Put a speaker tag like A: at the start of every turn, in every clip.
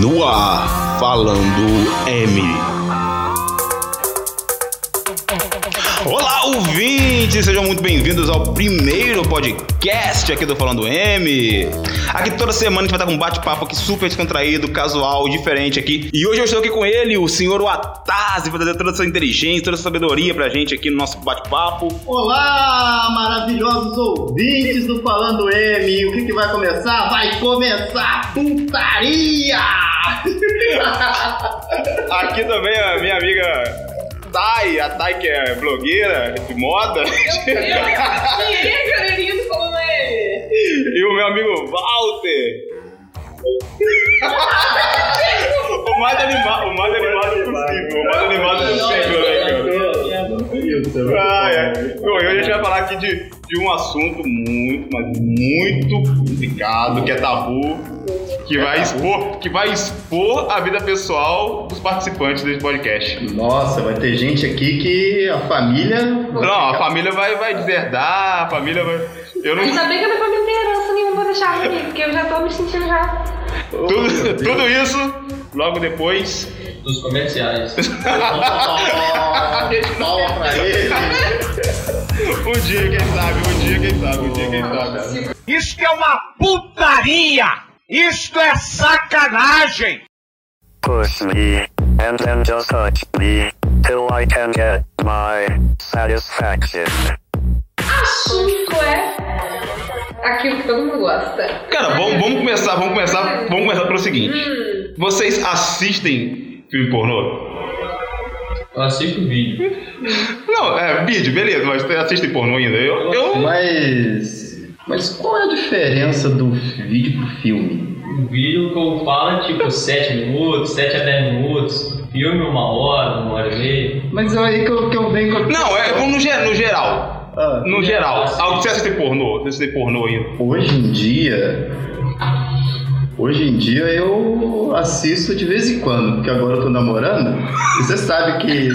A: No ar, falando M. Olá, ouvintes! Sejam muito bem-vindos ao primeiro podcast aqui do Falando M. Aqui toda semana a gente vai estar com um bate-papo aqui super descontraído, casual, diferente aqui. E hoje eu estou aqui com ele, o senhor Watazzi, para trazer toda essa inteligência, toda essa sabedoria pra gente aqui no nosso bate-papo.
B: Olá, maravilhosos ouvintes do Falando M. O que, que vai começar? Vai começar a putaria!
A: Aqui também a minha amiga Thay, a Thay que é blogueira de moda.
C: Quem é cabelinho como ele?
A: E o meu amigo Walter. o mais animado, o mais animado possível, o mais animado possível, né, cara? Ah, é. Bom, hoje a gente vai falar aqui de, de um assunto muito, mas muito complicado, que é tabu, que vai expor, que vai expor a vida pessoal dos participantes desse podcast.
B: Nossa, vai ter gente aqui que a família.
A: Não, a família vai, vai deserdar, a família vai. Eu não.
C: Ainda bem que a minha família não tem herança nenhuma pra deixar aqui, porque eu já tô me sentindo já.
A: Tudo, tudo isso logo depois.
D: dos comerciais.
B: Palma palma pra ele.
A: Um dia, quem sabe, um dia, quem sabe, um dia, quem sabe.
E: Isto é uma putaria! Isto é sacanagem!
F: Push me, and then just touch me, till I can get my satisfaction.
C: Assunto é aquilo que todo mundo gosta.
A: Cara, vamos, vamos começar, vamos começar, vamos começar pelo seguinte. Vocês assistem filme pornô?
D: Eu assisto o vídeo.
A: Não, é vídeo, beleza, mas vocês assistem pornô ainda? Eu, eu
B: Mas. Mas qual é a diferença do vídeo pro filme?
D: O Um vídeo que eu falo é tipo 7 minutos, 7 a 10 minutos. Filme uma hora, uma hora e meia.
B: Mas é aí que eu, que eu venho.
A: Não, é no, ge- no geral.
B: Ah,
A: No geral. Algo que você assiste pornô, você assiste pornô ainda.
B: Hoje em dia. Hoje em dia eu assisto de vez em quando, porque agora eu tô namorando. E você sabe que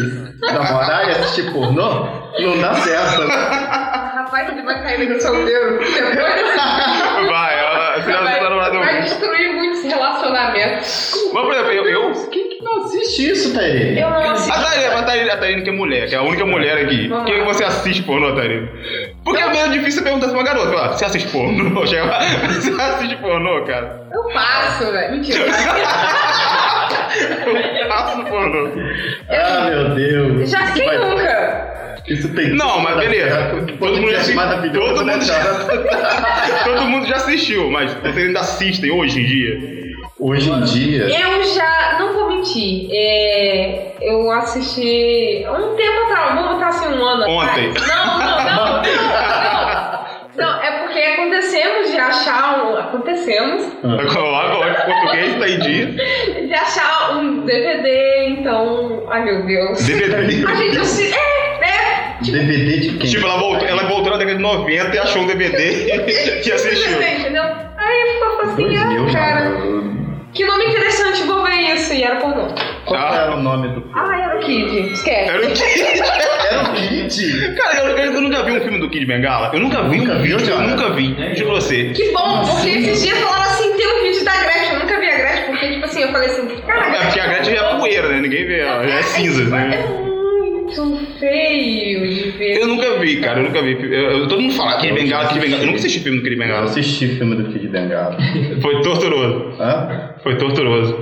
B: namorar e assistir pornô não dá certo. né?
C: Rapaz, ele vai cair daqui solteiro.
A: Vai, ela, você já tá no lado
C: Vai destruir muitos relacionamentos.
A: Mas, por exemplo, eu. eu
B: Quem que não assiste isso, Tairi?
C: Eu não assisto.
A: a Tarina, a Tarina, a Tarina que é mulher, que é a única mulher aqui. Por que você assiste pornô, Tarina? Porque é meio difícil perguntar pra uma garota. Fala, Você assiste pornô? Chega lá, Você assiste pornô, cara?
C: Eu passo, velho. Mentira.
A: Eu faço pornô.
B: Ah, meu Deus.
C: Já quem
B: Vai-
C: nunca?
B: Isso tem
A: Não, mas
B: tudo a ver
A: beleza.
B: com esse
A: Todo mundo
B: podcast
A: assi-
B: maravilhoso,
A: todo
B: né,
A: mundo já-
B: cara?
A: Todo mundo já assistiu, mas vocês ainda assistem hoje em dia.
B: Hoje em dia.
C: Eu já, não vou mentir, é, eu assisti há um tempo atrás, vou botar assim um ano
A: Ontem.
C: atrás. Não, não, não, não, não. Não, é porque acontecemos de achar um. Acontecemos
A: Agora que o português tá em dia.
C: de achar um DVD, então. Ai meu Deus.
A: DVD.
C: A gente assi- É, né?
B: DVD de quem?
A: Tipo, ela voltou, ela voltou na década de 90 e achou um DVD e assistiu.
C: Entendeu? Aí eu ficava assim,
B: 2000
C: ah,
B: já.
C: cara. Que nome interessante, vou ver isso. E era pornô.
B: Qual
A: Ah.
B: era o nome do.
C: Ah, era o Kid. Esquece.
A: Era o Kid.
B: Era o Kid?
A: Cara, eu, eu nunca vi um filme do Kid Bengala. Eu nunca vi
B: Nunca
A: um
B: viu,
A: vídeo, eu
B: cara?
A: nunca vi. De você.
C: Que bom, porque esses dias falaram assim, tem um vídeo da Gretchen, eu nunca vi a Gretchen, porque tipo assim, eu falei assim, caraca.
A: É porque a Gretchen é poeira, né? Ninguém vê ela. É cinzas,
C: É
A: né?
C: muito feio de ver.
A: Eu nunca vi, cara, eu nunca vi. Eu, eu- todo mundo fala Kid Bengala, Kid Bengala. Eu nunca assisti filme do Kid
B: Eu
A: Bengala.
B: assisti filme do Kid Bengala.
A: Foi torturoso.
B: Hã?
A: Foi torturoso.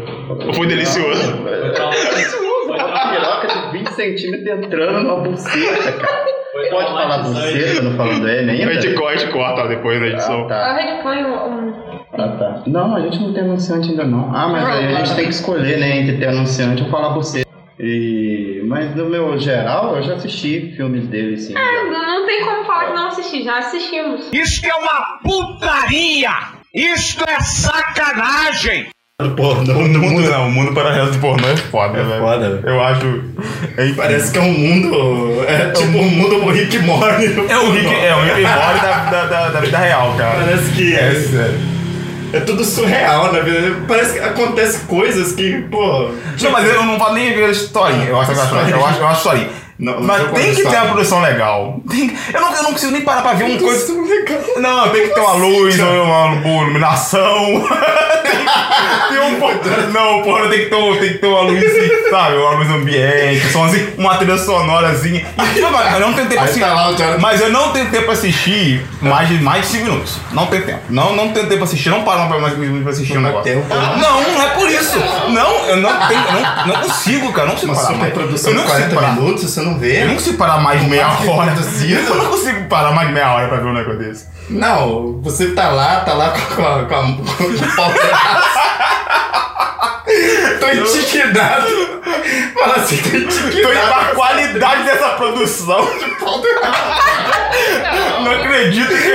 A: Ou foi delicioso?
D: Foi pra uma, foi
B: Uma
D: pra
B: piroca de 20 centímetros entrando numa buceta, cara.
D: foi
B: Pode falar
D: traumatizante.
B: buceta no falando M
A: A
B: ainda?
A: gente corta e corta depois na
B: né? Ah,
A: edição.
B: tá.
C: A gente põe um. um-
B: Ah, tá. Não, a gente não tem anunciante ainda não. Ah, mas aí a gente tem que escolher, né, entre ter anunciante ou falar você. E... Mas no meu geral, eu já assisti filmes dele, sim.
C: Não tem como falar que não assisti, já assistimos.
E: Isto é uma putaria! Isto é sacanagem!
G: Pornô
H: No mundo não, o mundo paralelo do pornô é foda, velho.
G: foda.
H: Eu acho. É,
G: Parece que é um mundo. É tipo um mundo do Rick Morty.
H: é o Rick, é o Rick and Morty da, da, da, da vida real, cara.
G: Parece que
H: É
G: é.
H: sério.
G: É tudo surreal na vida. Parece que acontece coisas que, pô.
H: Não, mas é eu não falo nem a historinha. Eu acho que eu acho- eu acho, eu acho historinha.
G: Não,
H: Mas
G: não
H: tem que ter
G: sabe.
H: uma produção legal. Tem- Eu, não, eu não consigo nem parar pra ver uma coisa.
G: legal. assim,
H: Não, tem que ter uma luz, uma, boa iluminação. tem, tem um po- Não, porra, tem que ter, um- tem que ter uma luz, sabe? Uma luz ambiente, um somzinho, uma trilha sonorazinha. E, não, mas eu não tenho tempo
G: Aí
H: assim.
G: tá lá o cara.
H: Mas eu não tenho tempo pra assistir mais de, mais de 5 minutos. Não tenho tempo. Não, não tenho tempo pra assistir. Não paro mais de 5 minutos pra assistir um
G: Não
H: negócio.
G: tem tempo. né?
H: Não, não é por isso. Não, eu não tenho. Eu não, não consigo, cara. Eu não consigo
G: Uma
H: parar
G: super
H: mais.
G: produção
H: eu não
G: de
H: consigo
G: 40
H: parar.
G: minutos, você não
H: Eu não
G: vê.
H: consigo parar mais meia
G: Mas que
H: hora.
G: produzido.
H: Eu não consigo parar mais meia hora pra ver um negócio desse.
G: Não, você tá lá, tá lá com a. com a. com a pau Tô intimidado. Fala assim, tô
H: Tô indo
G: intimidado.
H: pra qualidade dessa produção de pau Não acredito que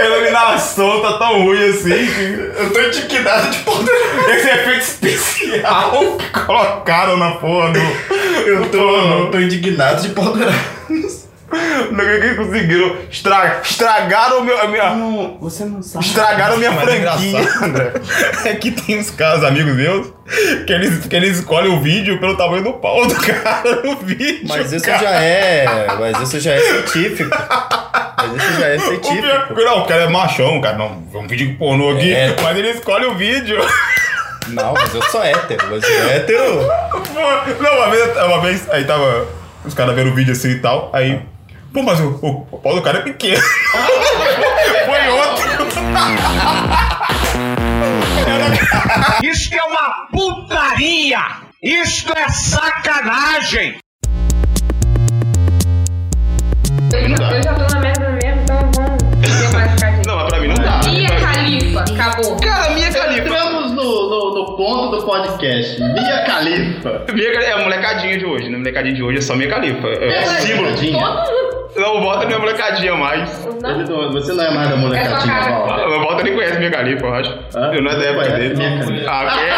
H: a iluminação tá tão ruim assim. que-
G: Eu tô intimidado de pau
H: Esse é efeito especial que colocaram na porra do.
G: Eu tô, tô indignado de pau
H: Não acredito que conseguiram. Estra... Estragaram meu, a minha.
G: Não, você não sabe.
H: Estragaram minha
G: Mas é
H: franquia, André. É que tem uns caras, amigos meus, que eles, que eles escolhem o vídeo pelo tamanho do pau do cara no vídeo.
I: Mas isso
H: cara.
I: já é. Mas isso já é científico. Mas isso já é
H: O pior,
I: científico.
H: não, o cara é machão, cara. Não, é um vídeo pornô aqui,
I: É.
H: mas ele escolhe o vídeo.
I: Não, mas eu sou hétero. Mas eu hétero.
H: Pô, Não, uma vez, uma vez, aí tava os caras vendo o vídeo assim e tal, aí. Pô, mas o, o, o pau do cara é pequeno. Foi outro.
E: Isto é uma putaria! Isto é sacanagem!
C: Eu já, eu já tô na merda mesmo, então vamos ver mais ficar aqui.
A: Não, mas pra mim não dá.
C: Mia Khalifa, acabou.
A: Cara, Mia Khalifa.
B: Entramos no, no, no ponto do podcast. Mia Califa.
A: Mia Khalifa é a molecadinha de hoje, né? A molecadinha de hoje é só Mia Khalifa. É o
B: Ela é
A: símbolo.
B: molecadinha.
C: Todo mundo.
A: Não vota nem a molecadinha mais.
B: Ele não- Você não é mais da molecadinha,
C: É sua cara.
B: Walter.
A: A volta nem conhece Mia Khalifa, eu acho.
B: Hã?
A: Eu não é da época
B: Conhece
A: dele.
B: Mia Khalifa.
A: Ah, é?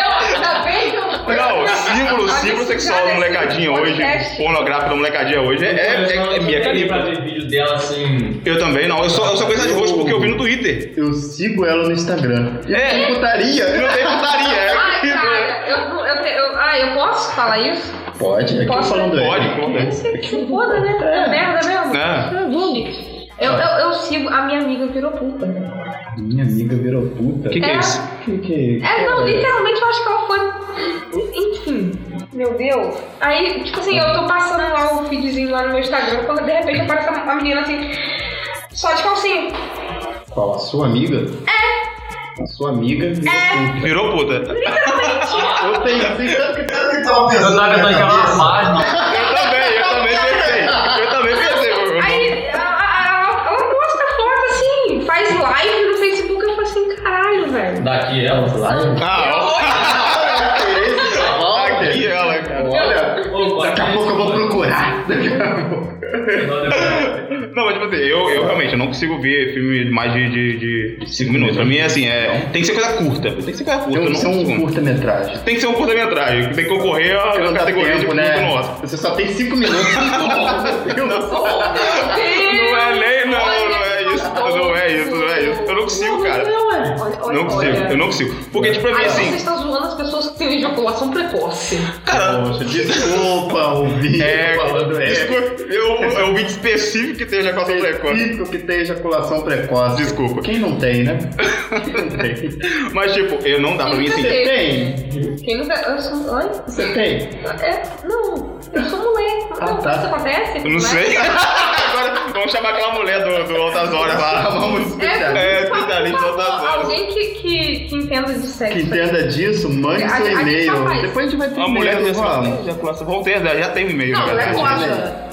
C: Eu, ainda bem que eu fui.
A: Não, símbolo, símbolo sexual da molecadinha
C: é
A: hoje, pornográfico da molecadinha hoje, é, é, é, é Mia
D: pra
A: Khalifa.
D: ver vídeo dela assim.
A: Eu também não, eu só, eu só conheço ela de rosto porque eu vi no Twitter.
B: Eu sigo ela no Instagram. E
A: É.
B: que putaria.
A: Não tem putaria, é
C: Ai,
A: horrível.
C: cara, eu, não- eu, te- eu, ah, eu posso falar isso?
B: Pode, aqui
C: Posso?
B: falando ele.
A: Pode, pode.
C: Você se foda, né? É merda mesmo.
A: É.
C: Bullying. Eu, eu, eu sigo, a minha amiga virou puta.
B: Minha amiga virou puta.
A: O que, que é
C: É.
A: isso?
B: que que-
C: É, não, literalmente eu acho que ela foi. Enfim, meu Deus. Aí, tipo assim, eu tô passando lá o feedzinho lá no meu Instagram, quando de repente aparece a menina assim, só tipo assim, de calcinha.
B: Qual? A sua amiga? É. A sua amiga virou
C: É.
B: puta.
A: Virou puta.
B: Eu tenho certeza que tá
D: Eu tava com aquela página.
A: Eu também, eu também pensei. Eu também pensei. eu- eu-
C: Aí a- a- a- ela posta foto assim, faz live no Facebook, eu falo assim, caralho, velho.
D: Daqui ela, lá.
A: Ah,
B: Tá
A: ó.
B: Walter.
A: Aqui ela, cara.
B: Olha,
D: assim,
B: daqui a pouco eu vou procurar. Daqui a pouco.
A: Não, mas tipo assim, eu, eu realmente eu não consigo ver filme mais de 5 de, de cinco minutos. Pra mim é assim, é, tem que ser coisa curta. Tem que ser coisa curta, eu
B: Tem
A: não
B: que ser um
A: consigo.
B: curta-metragem.
A: Tem que ser um curta-metragem, que tem que concorrer
B: Você
A: à
B: não dá
A: categoria de
B: tempo,
A: curto
B: né?
A: no Oscar.
B: Você só tem cinco minutos. um-
C: Não é
A: lei, não, não é isso, não é isso, não é isso. Eu não consigo, cara.
C: é.
A: Não consigo, eu não consigo. Porque, tipo, pra mim,
C: Aí
A: assim,
C: você está zoando as pessoas que têm ejaculação precoce.
B: Poxa, desculpa, ouvir
A: é.
B: falando é.
A: Desculpa, eu, é o vídeo específico que tem ejaculação precoce.
B: Específico que tem ejaculação precoce.
A: Desculpa.
B: Quem não tem, né? Quem não tem?
A: Mas, tipo, eu não dá pra mim assim.
B: Tem.
C: Quem nunca. Eu sou. Ai,
B: Você tem?
C: é, não, eu sou mulher.
B: Ah,
C: não,
B: tá.
C: Isso acontece?
A: Eu não
C: né?
A: sei. Agora, vamos chamar aquela mulher do, do Altas Horas lá. Vamos.
C: É,
A: É,
C: por
A: Pitalin de
C: favor,
A: Altas Horas.
C: Alguém que, que, que entenda de sexo.
B: Que entenda disso, mande
C: A-
B: seu
C: a gente só
B: e-mail.
C: faz.
B: Depois a gente vai ter
A: A mulher
B: e-mail,
A: diz assim,
B: vamos.
A: "Tem ejaculação. Vão ter, já tem um e-mail.
C: Não,
A: já,
C: ela é
A: né?
C: goza.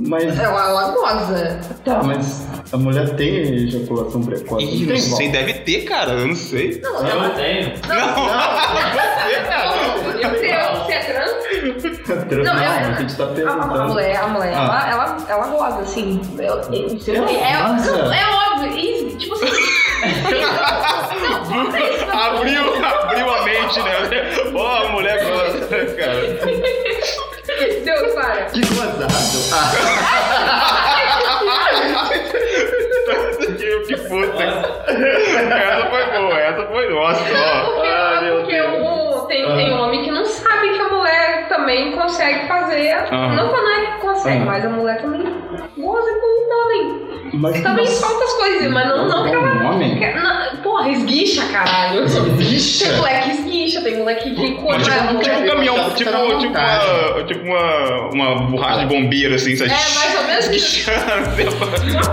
B: Mas,
C: Ela, ela é goza.
B: tá, mas a mulher tem ejaculação precoce.
A: Ih,
B: não
A: não
B: tem
A: sei,
B: volta.
A: deve ter, cara. Eu não sei.
C: Não,
D: Eu
C: ela. é
D: tenho.
A: Não, você, cara.
C: Você, você é trans?
B: Não,
C: Não, ela-
B: a gente tá
C: A, a
B: perguntando.
C: mulher, a mulher,
B: Ah.
C: ela, ela, ela goza, assim. Eu- eu- Você
B: Ela
C: não é, é,
B: goza?
C: não, é óbvio. Isso, tipo assim. Não, não é isso, não.
A: Abriu, abriu a mente, né? Ó, a mulher gosta, cara.
C: Deus, para.
B: Que gozado. Ah,
A: Que, que puta. Essa foi boa, essa foi nossa, ó.
B: Ah,
C: Porque, porque o- tem, tem homem que não sabe que a mulher também consegue fazer.
B: Ah.
A: Aham.
C: Não quando é que consegue,
A: Aham.
C: mas a mulher também goza com o homem.
B: Mas
C: Também solta as coisas, mas não, não que ela.
B: um homem?
C: que- não- porra, esguicha, caralho.
B: Bicha!
C: Tem moleque que esguicha, tem moleque que
A: Mas
C: corta.
A: tipo, tipo um caminhão,
B: Tá
A: tipo,
B: à
A: tipo,
B: vontade.
A: uma, tipo uma, uma borracha de bombeiro, assim, né? sabe?
C: É, mais ou menos isso. Não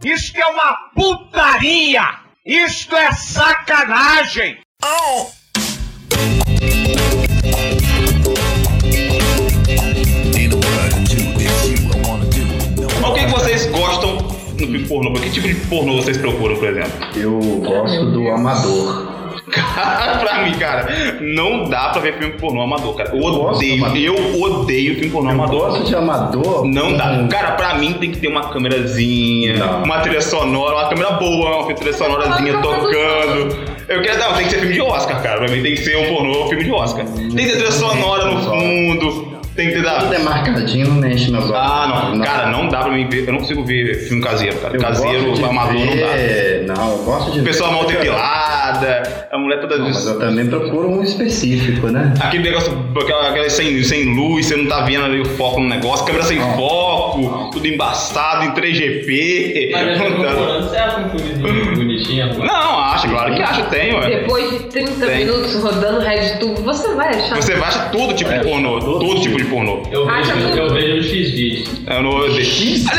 C: tem
E: Isto é uma putaria! Isto é sacanagem!
A: Mas o que, que vocês gostam no filme pornô? Que tipo de pornô vocês procuram, por exemplo?
B: Eu gosto do amador.
A: pra mim, cara, não dá pra ver filme pornô amador, cara. Eu
B: gosto,
A: odeio,
B: mano.
A: eu odeio filme pornô
B: Eu
A: amador.
B: gosto de amador.
A: Não dá.
B: com-
A: Cara, pra mim tem que ter uma câmerazinha,
B: Não.
A: uma trilha sonora, uma câmera boa, uma trilha sonorazinha
C: Não, não, não,
A: tocando. Eu quero, não, tem que ser filme de Oscar, cara. Pra mim tem que ser um pornô filme de Oscar. Tem que ter trilha sonora no fundo, tem que ter
B: Tudo
A: da.
B: é marcadinho, não enche meus olhos.
A: Ah, não. Cara, não dá pra mim ver. Eu não consigo ver filme caseiro, cara.
B: Eu gosto de
A: caseiro, amador, não dá.
B: ver- Não, eu gosto de
A: O pessoal
B: ver-
A: mal depilada, a mulher toda.
B: Não, mas eu também procuro um específico, né?
A: Aquele negócio, aquela, aquela sem, sem luz, você não tá vendo ali o foco no negócio, câmera sem foco, tudo embaçado em 3GP.
D: Mas é eu tô procurando, você acha um filmezinho bonitinho? arrumado?
A: Não, acha, claro que acha, tem, ué.
C: Depois de 30
A: Tem.
C: minutos rodando RedTube, você vai achar.
A: Você acha todo tipo
B: É.
A: de pornô, todo tipo de pornô.
D: Eu
C: Acha
D: vejo,
C: tudo.
D: eu vejo no X-Vídeo.
A: Eu
B: É
A: não Aliás,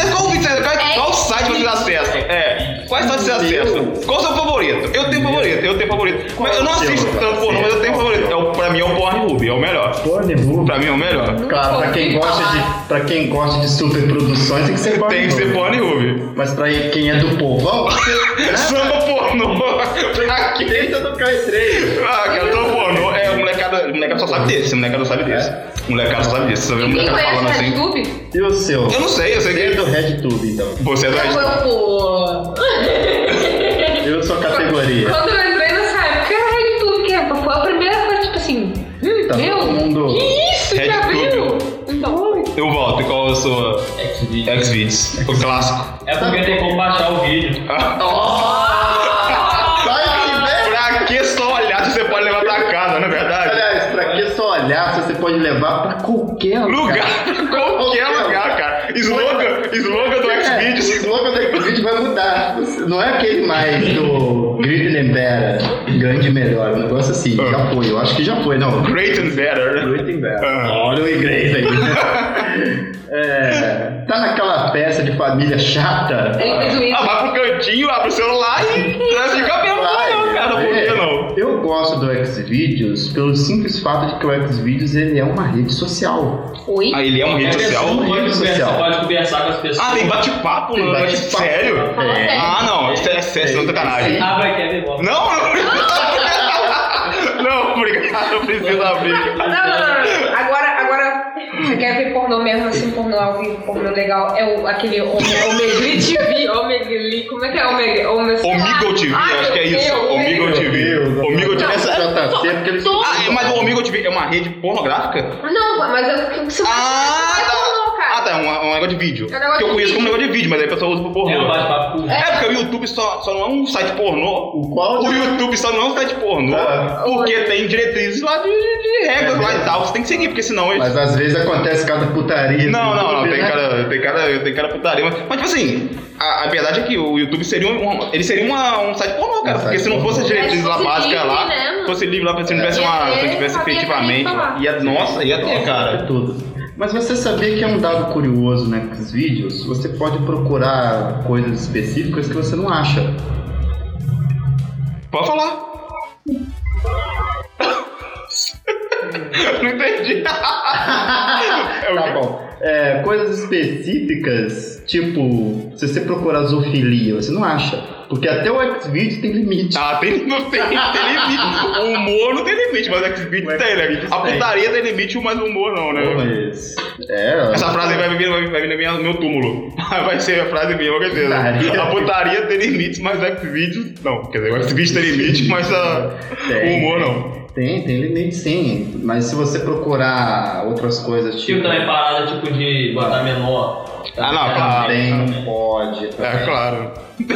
A: qual, vídeo você- qual, qual site vocês acessam? É, quais sites vocês acessam? Qual é o seu favorito? Eu tenho favorito, eu tenho favorito. Mas eu não
B: Qual é o seu,
A: assisto
B: cara?
A: tanto pornô, mas eu tenho favorito. É o- pra mim é o Pornhub, é o melhor.
B: Pornhub.
A: Pra mim é o melhor.
B: Claro, pra quem, gosta de, pra quem gosta de superproduções tem que ser
A: Tem que ser
B: pornô.
A: Pornhub.
B: Mas pra quem é do povão,
A: Samba pornô! pra quê?
B: tenta tá do K3.
A: Ah, cara, samba pornô é o molecada. O molecada só sabe desse, o molecada só sabe desse. O molecada só sabe desse. Você vê o
C: Quem
A: molecada
C: conhece
A: falando assim.
C: RedTube?
B: E o seu?
A: Eu não sei, eu sei
B: Você é do
A: que.
B: RedTube, então.
A: Você é do
C: Eu,
A: Red.
C: eu, pô.
B: Eu sou a categoria.
C: Quando eu entrei nessa época, era RedTube, que era, foi a primeira coisa, tipo assim. hum,
B: Tá
C: meu,
B: todo mundo-
C: que isso que
A: RedTube.
C: abriu? Então,
A: Eu volto, qual é a sua
D: X-Vídeo.
A: X-Vids? O clássico.
D: É porque tem como baixar o vídeo.
B: Vai que merda!
A: Pra que só olhar se você pode levar pra casa, não é verdade?
B: Aliás, pra que só olhar se você pode levar pra qualquer lugar?
A: Lugar, qualquer lugar, cara. Slogan, slogan do
B: É, o
A: X-Videos.
B: slogan do X-Video vai mudar. Não é aquele mais do Grito Lembera, grande melhor, um negócio assim.
A: Ah.
B: Já foi, eu acho que já foi, não.
A: Great and better. né?
B: Grito Lembera.
A: Ah.
B: Olha o inglês aí. É, tá naquela peça de família chata?
C: ele fez um o
A: Ah,
C: isso.
A: vai pro cantinho, abre o celular e traz de cabelo. Não, cara, por que não?
B: é, Eu gosto do Xvideos pelo simples fato de que o Xvideos ele é uma rede social.
C: Oi?
A: Ah, ele é uma rede social?
D: Você pode,
B: Rede
D: conversar-
B: social.
D: pode conversar com as pessoas.
A: Ah, tem bate-papo,
B: Tem
A: mano.
B: bate-papo.
A: Sério?
C: Fala
B: É.
C: sério.
A: Ah, não. Isso é sério, não sacanagem.
D: Ah, vai querer igual.
A: Não, não. Não, obrigado. Eu preciso abrir.
C: Não, não, não, não. Agora, agora, você quer ver pornô mesmo, assim, pornô ao vivo, pornô legal, é o, aquele Ome- Omegli TV, Omegli, como é que é Omegli? Ome-
A: Omigo TV,
C: Ai,
A: acho que é
C: meu
A: isso.
C: Deus,
A: Omigo
C: Omegli.
A: TV. Omigo TV.
B: é
A: essa-
B: JC, porque eles
A: Ah, é, mas o Omigo TV é uma rede pornográfica?
C: Não, mas é o que você
A: Ah, tá. Ah,
C: é pornô,
A: tá.
C: cara.
A: É um, é um negócio de vídeo.
C: É um negócio
A: que eu
C: de
A: conheço
C: vídeo.
A: como negócio de vídeo, mas aí a pessoa usa pro
D: É um
A: pornô.
D: bate-papo com
A: É porque o YouTube só, só não é um site pornô.
B: O qual?
A: O YouTube só não é um site pornô.
B: Ah.
A: Porque tem diretrizes lá de, de regras lá e tal. Você tem que seguir, porque senão eles.
B: Mas às vezes acontece cada putaria.
A: Não, não, não,
B: né?
A: tem cara, tem cara, tem cara putaria. Mas, mas, tipo assim, a, a verdade é que o YouTube seria um, um- ele seria uma, um site pornô, cara.
B: Um
A: porque
B: site
A: se não fosse as
B: pornô.
A: diretrizes
C: Mas
A: lá
C: fosse
A: básica
C: livre,
A: lá,
C: né, mano?
A: fosse livre lá, se não tivesse
C: Ia
A: uma, se
C: ter,
A: não tivesse
C: sabia que
A: efetivamente,
C: ia falar.
A: ia, nossa, ia ter,
B: É
A: cara.
B: tudo. Mas você sabia que é um dado curioso né, que os vídeos? Você pode procurar coisas específicas que você não acha.
A: É Pode falar. não entendi. É o
B: Tá
A: quê?
B: bom. É, coisas específicas, tipo, se você procurar zoofilia, você não acha. Porque até o Xvideos tem limite.
A: Ah, tem, não tem, tem limite. O humor não tem limite, mas o Xvideos tem, né? A
B: tem.
A: putaria tem limite, mas o humor não, né?
B: Mas. É,
A: Essa frase aí vai vir, vai, vai vir na minha, no meu túmulo. Vai ser a frase minha, com certeza.
B: Putaria.
A: A putaria tem limites, mas o Xvideos. Não, quer dizer, o Xvideos tem limite, mas a- o
B: Tem.
A: humor não.
B: tem, tem limite sim. Mas se você procurar outras coisas,
D: Tipo
B: tipo.
D: também parada tipo de botar menor.
A: Ah, não, claro.
B: Também pode,
A: É
B: também
A: claro.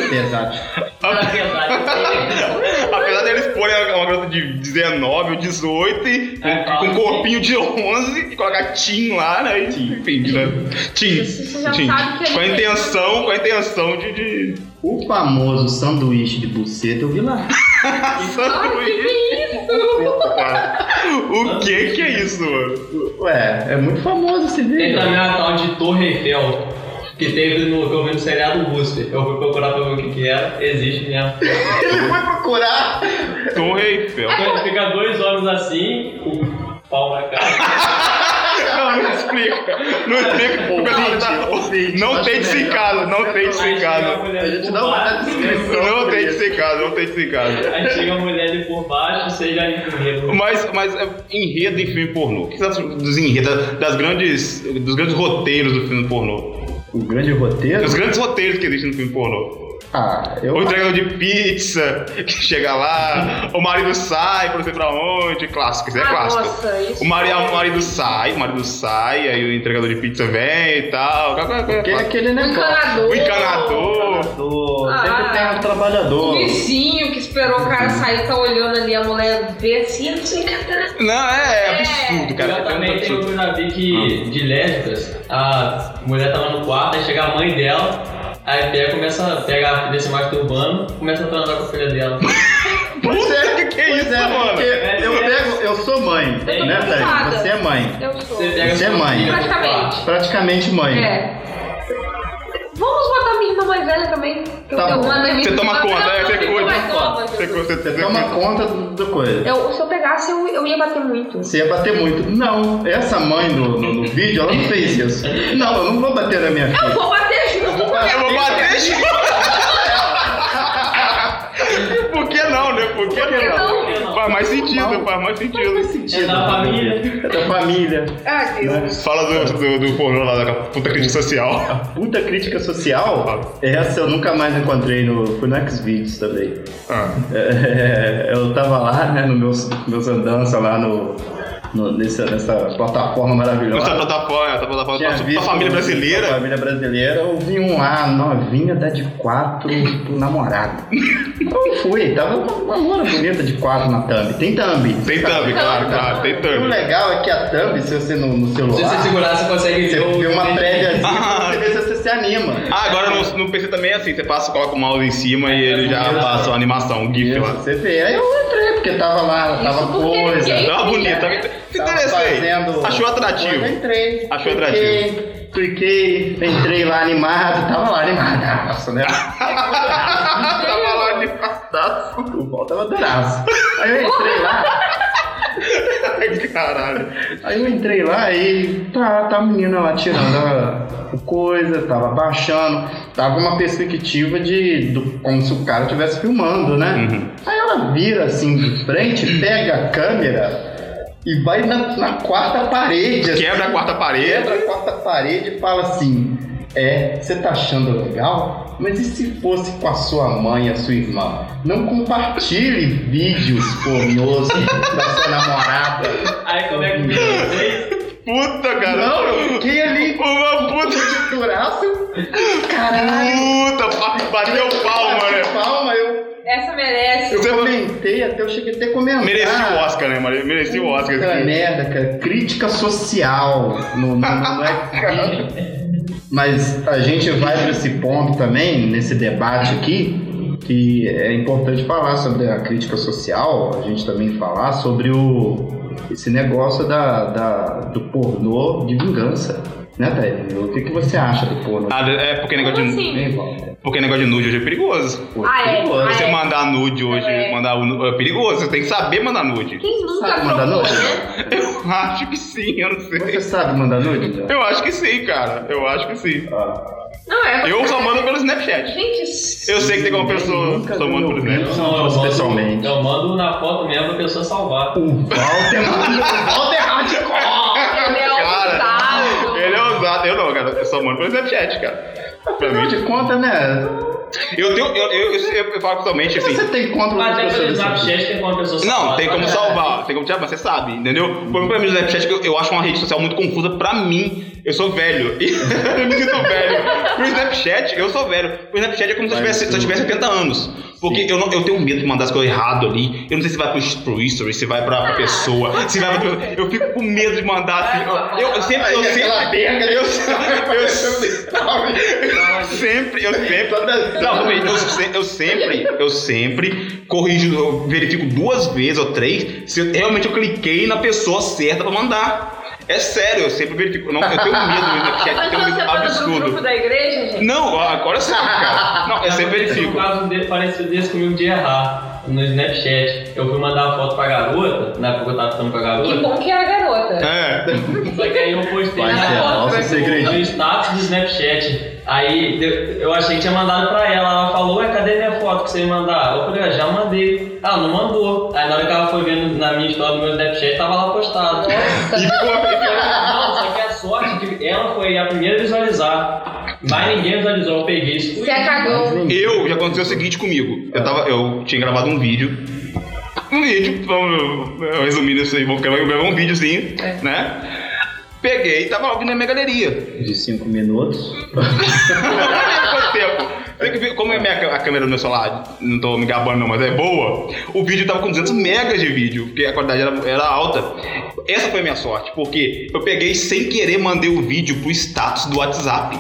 B: pesado.
D: Na verdade, eu sei.
A: Apesar deles pôr uma uma garota de 19 ou 18 e
D: É,
A: com- com um
D: fala,
A: corpinho de 11 e colocar Tim lá, né? E, Enfim, né? Tim.
C: Você já
A: Tim.
C: sabe que ele
A: Com a
C: tem.
A: intenção, com a intenção de. de...
B: O famoso sanduíche de buceta eu vi lá.
C: Ah,
A: o
C: que que é isso?
A: que que é isso, mano?
B: Ué, é muito famoso esse
D: Tem
B: vídeo.
D: também a tal de Torre Eiffel, que teve no, que eu vi no seriado Booster. Eu fui procurar pra ver o que que era, existe mesmo.
B: Ele foi procurar.
A: Torre Eiffel.
D: Então, Fica dois olhos assim, com o pau na cara.
A: Não, não explica. Não explica. porque não tá-
B: ouvinte,
A: Não
B: acho
A: tem de
B: melhor.
A: secado, não tem de
D: Aí chega a
A: secado.
D: mulher
B: A
D: de
B: gente
D: por
B: não vai dar
D: baixo,
B: descrição.
A: Não tem de secado, não tem de secado.
D: Aí chega a mulher de por baixo, você já entendeu.
A: Mas, mas é, enredo em filme pornô. O que você acha dos enredos, das grandes, dos grandes roteiros do filme pornô?
B: O grande roteiro?
A: Os grandes roteiros que existem no filme pornô.
B: Ah, eu.
A: O entregador de pizza, que chega lá, o marido sai, pra não sei pra onde, clássico, isso é
C: Ah,
A: clássico.
C: Nossa, isso.
A: O marido, o marido sai, o marido sai, aí o entregador de pizza vem e tal.
B: Porque é aquele
C: O
B: negócio.
C: encanador.
A: O encanador.
B: Do...
C: Ah.
B: Sempre tem um
C: O
B: trabalhador.
C: vizinho que esperou o cara sair, tá olhando ali a mulher ver assim, eu não sei encantar.
A: Não, é, é absurdo, cara.
D: eu também
A: É
D: tenho
A: absurdo.
D: um navio
A: Ah.
D: que, de lésbicas, a mulher tava no quarto, aí chega a mãe dela, aí pega, começa, pega a filha desse masturbando, começa a transar com a filha dela.
A: Puta, que que é isso,
B: Pois é,
A: mano?
B: porque eu pego, eu sou mãe,
D: Eu tô
B: né, Thaís?
C: preocupada.
B: Você é mãe.
C: Eu sou.
D: Você pega
B: Você é
D: sua
B: mãe.
D: filha no quarto.
C: Praticamente.
B: Praticamente mãe.
C: É. Vamos botar minha irmã mais velha também. que
B: Tá
C: eu, eu
B: bom.
C: mando a minha
A: Você toma
C: irmã
A: conta,
C: pra
A: é,
C: ela,
A: você
C: eu
A: cuida.
C: mais nova,
A: Você,
C: eu-
A: você,
B: Você
A: você,
B: toma conta do- da coisa.
C: eu- se eu pegasse, eu, eu ia bater muito.
B: Você ia bater muito. Não, essa mãe no, no, no vídeo, ela não fez isso. Não, eu não vou bater na minha
C: Eu
B: filha.
C: vou bater junto
A: Eu
C: com ela.
A: vou bater junto. Por que não, né? Por que não?
D: não?
A: Faz mais sentido, faz mais sentido.
D: É da família.
B: É da família.
C: Ah, Deus.
A: Fala do, do, do pornô lá da puta crítica social.
B: Puta crítica social, é essa eu nunca mais encontrei no. Foi no Xvideos também.
A: Ah.
B: É, eu tava lá, né, no meus, meus andanças lá no. no- nessa, nessa plataforma
A: Essa é
B: maravilhosa.
A: plataforma, essa plataforma
B: Tinha
A: pra, pra
B: visto
A: família
B: um-
A: brasileira.
B: Pra família brasileira, eu vi um lá, novinha, dá de quatro pro namorado. Então Eu fui, tava uma loura bonita de quatro na thumb. Tem thumb.
A: Tem thumb, claro, claro, tem
B: O
A: thumb.
B: legal é que a thumb, se você no, no celular,
D: Se você segurar, você consegue
B: você
D: ver o-
B: vê uma préviazinha
A: Ah.
B: pra você ver se você se anima.
A: Ah, agora no, no PC também é assim, você passa, coloca o mouse em cima e ele já passa a animação, o GIF
B: Isso,
A: lá.
B: você vê. Aí eu entrei, porque tava lá, tava
C: porque
B: coisa.
C: ninguém-
A: Tava Tá bonito, tava- se
B: tava
A: interessei.
B: fazendo
A: Achou
B: coisa,
A: atrativo.
B: entrei.
A: Achou
B: cliquei, Cliquei, entrei lá animado, tava lá animado. Ah, Nossa, né?
A: tava lá de
B: Tá, o pau tava dourado. Aí eu entrei lá,
A: Caralho.
B: aí eu entrei lá e tá, tá a menina lá tirando a o coisa, tava baixando, tava uma perspectiva de do- como se o cara estivesse filmando, né? Aí ela vira assim de frente, pega a câmera e vai na, na quarta parede. assim.
A: Quebra a é quarta parede.
B: Quebra a quarta parede e fala assim: É, você tá achando legal? Mas e se fosse com a sua mãe, a sua irmã? Não compartilhe vídeos pornôs da sua namorada.
D: Aí como é que fica vocês?
A: Puta, cara.
B: Não, eu fiquei ali
A: Uma puta.
B: de duraço. Caralho.
A: Puta, pa- bateu palma,
B: Bati
A: né?
B: Palma, eu,
C: Essa merece.
B: eu
A: Você-
B: comentei até, eu cheguei até a comentar.
A: Merecia o Oscar, né, Maria? Merecia o Oscar.
B: Puta
A: esse filme.
B: merda, cara. Crítica social. No, no, no, no- é Mas a gente vai para esse ponto também, nesse debate aqui, que é importante falar sobre a crítica social, a gente também falar sobre o, esse negócio da, da- do pornô de vingança. Né, Thaís? O que, que você acha do pornô?
A: Ah, é porque negócio,
C: Como
A: de,
C: assim?
B: Bem, Walter.
A: porque negócio de nude hoje é perigoso.
B: Pô,
C: Ah, é?
B: perigoso.
C: Ah,
A: Você mandar nude hoje,
C: É.
A: mandar o nu- é perigoso, você tem que saber mandar nude.
C: Quem nunca
B: Sabe mandar
C: trocou,
B: nude?
C: né?
A: Eu acho que sim, eu não sei.
B: Você sabe mandar nude? Léo?
A: Eu acho que sim, cara. Eu acho que sim.
B: Ah,
C: Não, é.
A: Eu só mando pelo Snapchat.
C: Gente,
A: Eu sei que tem uma pessoa
B: nunca
A: que só
B: vi
A: manda
B: meu
A: pelo
B: primo.
A: Snapchat.
B: Só
D: eu
B: posso
D: mando-
B: pessoalmente.
D: Eu mando na foto mesmo pra pessoa salvar.
B: o Um Walter manda. O Walter hardcore!
C: ele é ousado.
A: Cara, ele é ousado. Eu não, cara. Eu só mando pelo Snapchat, cara. Pra
B: Afinal
A: mim,
B: de contas, né?
A: eu tenho. Eu, eu, eu, eu, eu falo totalmente assim.
B: Você tem conta das
D: Mas até pelo
B: pessoas assim?
D: Snapchat tem como a pessoa salvar.
A: Não, tem como
D: sabe?
A: salvar, tem como tirar, mas você sabe, entendeu? O problema pra mim do Snapchat é que eu, eu acho uma rede social muito confusa pra mim. Eu sou velho. eu me sinto velho. O Snapchat Snapchat, eu sou velho. O Snapchat é como se eu tivesse, se eu tivesse 80 anos. Porque eu, não, eu tenho medo de mandar as coisas errado ali. Eu não sei se vai pro, pro history, se vai pra, pra pessoa, se vai pra, Eu fico com medo de mandar assim. Eu, eu sempre, eu sempre.
B: berga,
A: Eu, eu, sempre, eu sempre. Não, também, eu, se- eu sempre, eu sempre corrijo, eu verifico duas vezes ou três se eu- realmente eu cliquei na pessoa certa pra mandar. É sério, eu sempre verifico. Não, eu tenho medo é do Snapchat, eu
C: Mas
A: tenho
C: quando
A: medo
C: você fala do
A: um absurdo.
C: grupo da igreja, gente.
A: Não, agora sim, cara. Não, eu sempre
D: Teve um
A: verifico.
D: caso de- parecido desse comigo de errar no Snapchat. Eu fui mandar uma foto pra garota, na época eu tava ficando com a
C: Que
D: garota,
C: bom que era garota.
A: É.
D: só que aí eu postei
B: Vai ser a
D: na
B: nossa
D: no
B: segredinha.
D: status do Snapchat. Aí deu- eu achei que tinha mandado pra ela. Ela falou, ué, cadê minha foto que você me mandar? Eu falei, "Ué, já mandei. Ah, não mandou. Aí na hora que ela foi vendo na minha história do meu Snapchat, tava lá postado.
A: E pô,
D: Não, só que a sorte é que ela foi a primeira a visualizar. Mas ninguém visualizou, eu peguei isso.
C: Você é cagou.
A: eu já aconteceu o seguinte comigo. Eu tava, eu tinha gravado um vídeo. Um vídeo, vamos- eu- eu resumindo isso aí, vou gravar um videozinho,
C: É.
A: né? Peguei e tava ouvindo na minha galeria.
B: De 5 minutos.
A: Quanto tempo? Tem que ver Como é a, minha, a câmera do meu celular, não tô me gabando não, mas é boa. O vídeo tava com 200 megas de vídeo, porque a qualidade era, era alta. Essa foi a minha sorte, porque eu peguei sem querer mandei o vídeo pro status do WhatsApp.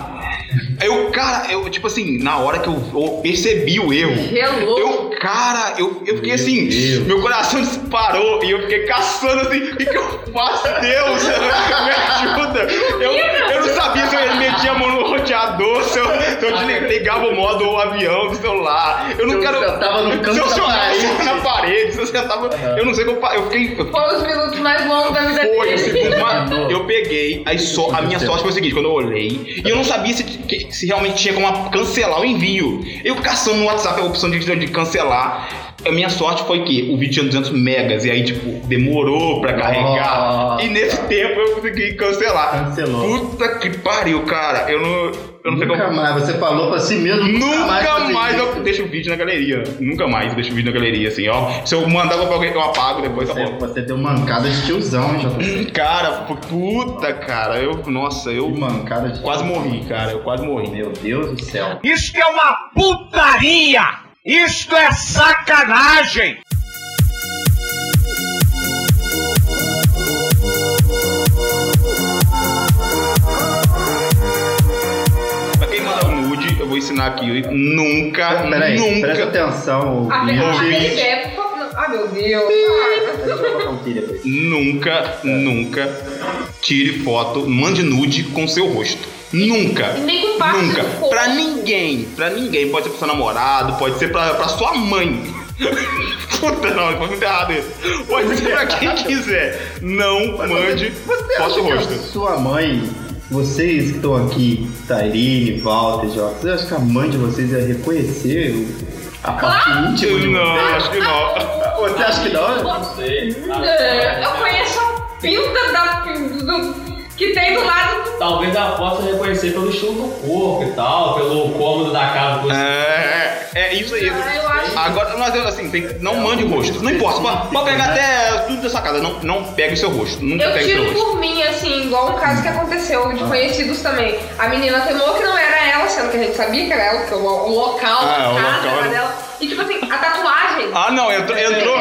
A: Aí Eu, cara, eu, tipo assim, na hora que eu, eu percebi o erro,
C: Relou.
A: eu, cara, eu, eu fiquei assim,
B: Deus.
A: meu coração disparou e eu fiquei caçando assim, o que, que eu faço? Deus, me ajuda! Eu, eu não sabia se eu metia a mão no roteador, se eu, se eu desli- ligava o modo ou o avião do celular. Eu não
B: Eu
A: quero.
B: sentava no canto
A: se eu
B: da
A: chorava
B: parede.
A: na parede, se eu sentava. Eu não sei como. Eu fiquei. eu-
C: Foi os minutos mais longos da vida
A: foi, eu,
C: dele.
A: fiquei- mano, eu peguei, aí só, a minha sorte foi o seguinte, quando eu olhei, e eu não sabia se, que- se realmente tinha como cancelar o envio. Eu caçando no WhatsApp a opção de, de cancelar. A minha sorte foi que o vídeo tinha 200 megas, e aí, tipo, demorou pra carregar.
B: Nossa.
A: E nesse tempo eu consegui
B: Ah,
A: cancelar.
B: Cancelou.
A: Puta que pariu, cara. Eu não... Eu não sei como-
B: Nunca mais, você falou pra si mesmo.
A: Nunca
B: fazer
A: mais
B: isso.
A: eu deixo o vídeo na galeria. Nunca mais deixo o vídeo na galeria, assim, ó. Se eu mandar pra alguém, eu apago depois, tá
B: Você,
A: bom.
B: você deu mancada de tiozão, hein, JP?
A: Cara, puta, cara. Eu, nossa, eu...
B: Mancada de
A: Quase morri, cara. Eu quase morri.
B: Meu Deus do céu.
E: Isto é uma putaria! Isto é sacanagem!
A: Pra quem mandar um nude, eu vou ensinar aqui. Nunca,
B: Ah, Peraí, presta
A: nunca,
B: atenção.
C: A
B: ouvinte.
C: Fernanda é, por favor. Ah, meu Deus. Ai,
B: Deixa eu colocar um pi depois.
A: nunca, nunca tire foto, mande nude com seu rosto. Nunca.
C: Nem com parte
A: Nunca.
C: do corpo.
A: Pra ninguém. Pra ninguém. Pode ser pro seu namorado, pode ser pra, pra sua mãe. Puta, não, foi muito errado isso. Pode ser pra quem quiser. Não mande foto
C: é
B: Acho
C: um
B: que a
A: rosto.
B: Sua mãe, vocês que estão aqui, Tairine, Walter, Jó, vocês acham que a mãe de vocês ia reconhecer o- a parte íntima de
A: Não,
B: vocês?
A: acho que não.
B: Você acha que não?
C: É, Eu conheço a pinta da, do, que tem do lado.
D: Talvez ela possa reconhecer pelo estilo do corpo e tal, pelo cômodo da casa que você
A: É, é isso aí.
C: Ah, eu acho.
A: Agora, nós assim, tem- não mande o rosto. Não importa. Pode, pode pegar até tudo dessa casa. Não, não pegue o seu rosto. Nunca
C: Eu
A: pegue o seu
C: tiro
A: rosto.
C: por mim, assim, igual um caso que aconteceu de conhecidos também. A menina temou que não era ela, sendo que a gente sabia que era ela, porque o, o local,
A: Ah, o
C: a casa
A: local
C: era
A: era-
C: dela. E tipo assim, a tatuagem.
A: Ah, não, entrou, entrou,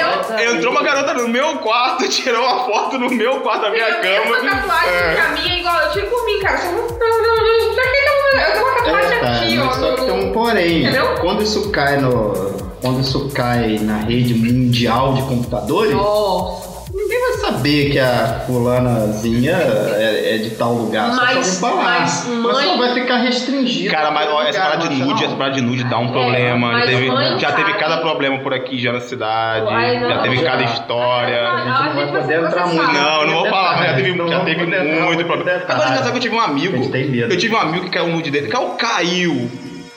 A: entrou uma garota no meu quarto, tirou uma foto no meu quarto, da minha
C: eu
A: cama.
C: tenho essa tatuagem
A: É.
C: pra mim é igual, eu tiro por mim, cara. Só não, não, não, não, pra que que eu- eu tenho uma tatuagem
B: É, tá,
C: aqui, ó.
B: mas só que tem um porém.
C: Entendeu?
B: Quando isso cai no. Quando isso cai na rede mundial de computadores,
C: Nossa.
B: ninguém vai saber que a fulanazinha é, é de tal lugar. só
C: Mas-
B: pra ouvir falar.
C: mas,
B: Mas só
C: mãe-
B: vai ficar restringido.
A: Cara, mas ó, essa
B: Lugar
A: parada de nude,
B: nacional.
A: essa parada de nude dá um problema.
C: É, mas
A: já teve,
C: mãe
A: já teve
C: sabe.
A: cada problema por aqui já na cidade.
C: Ai, não,
A: já teve
C: não.
A: cada
C: Ai,
A: história.
C: não.
B: A gente não vai poder entrar muito.
A: Não, eu não vou falar, mas já teve,
B: Não
A: já
B: vamos
A: teve
B: poder entrar
A: muito
B: muito
A: problema.
B: detalhe.
A: Agora engraçado que eu tive um
B: A
A: amigo.
B: gente tem medo.
A: Eu tive um amigo que caiu um nude dele. Caiu, caiu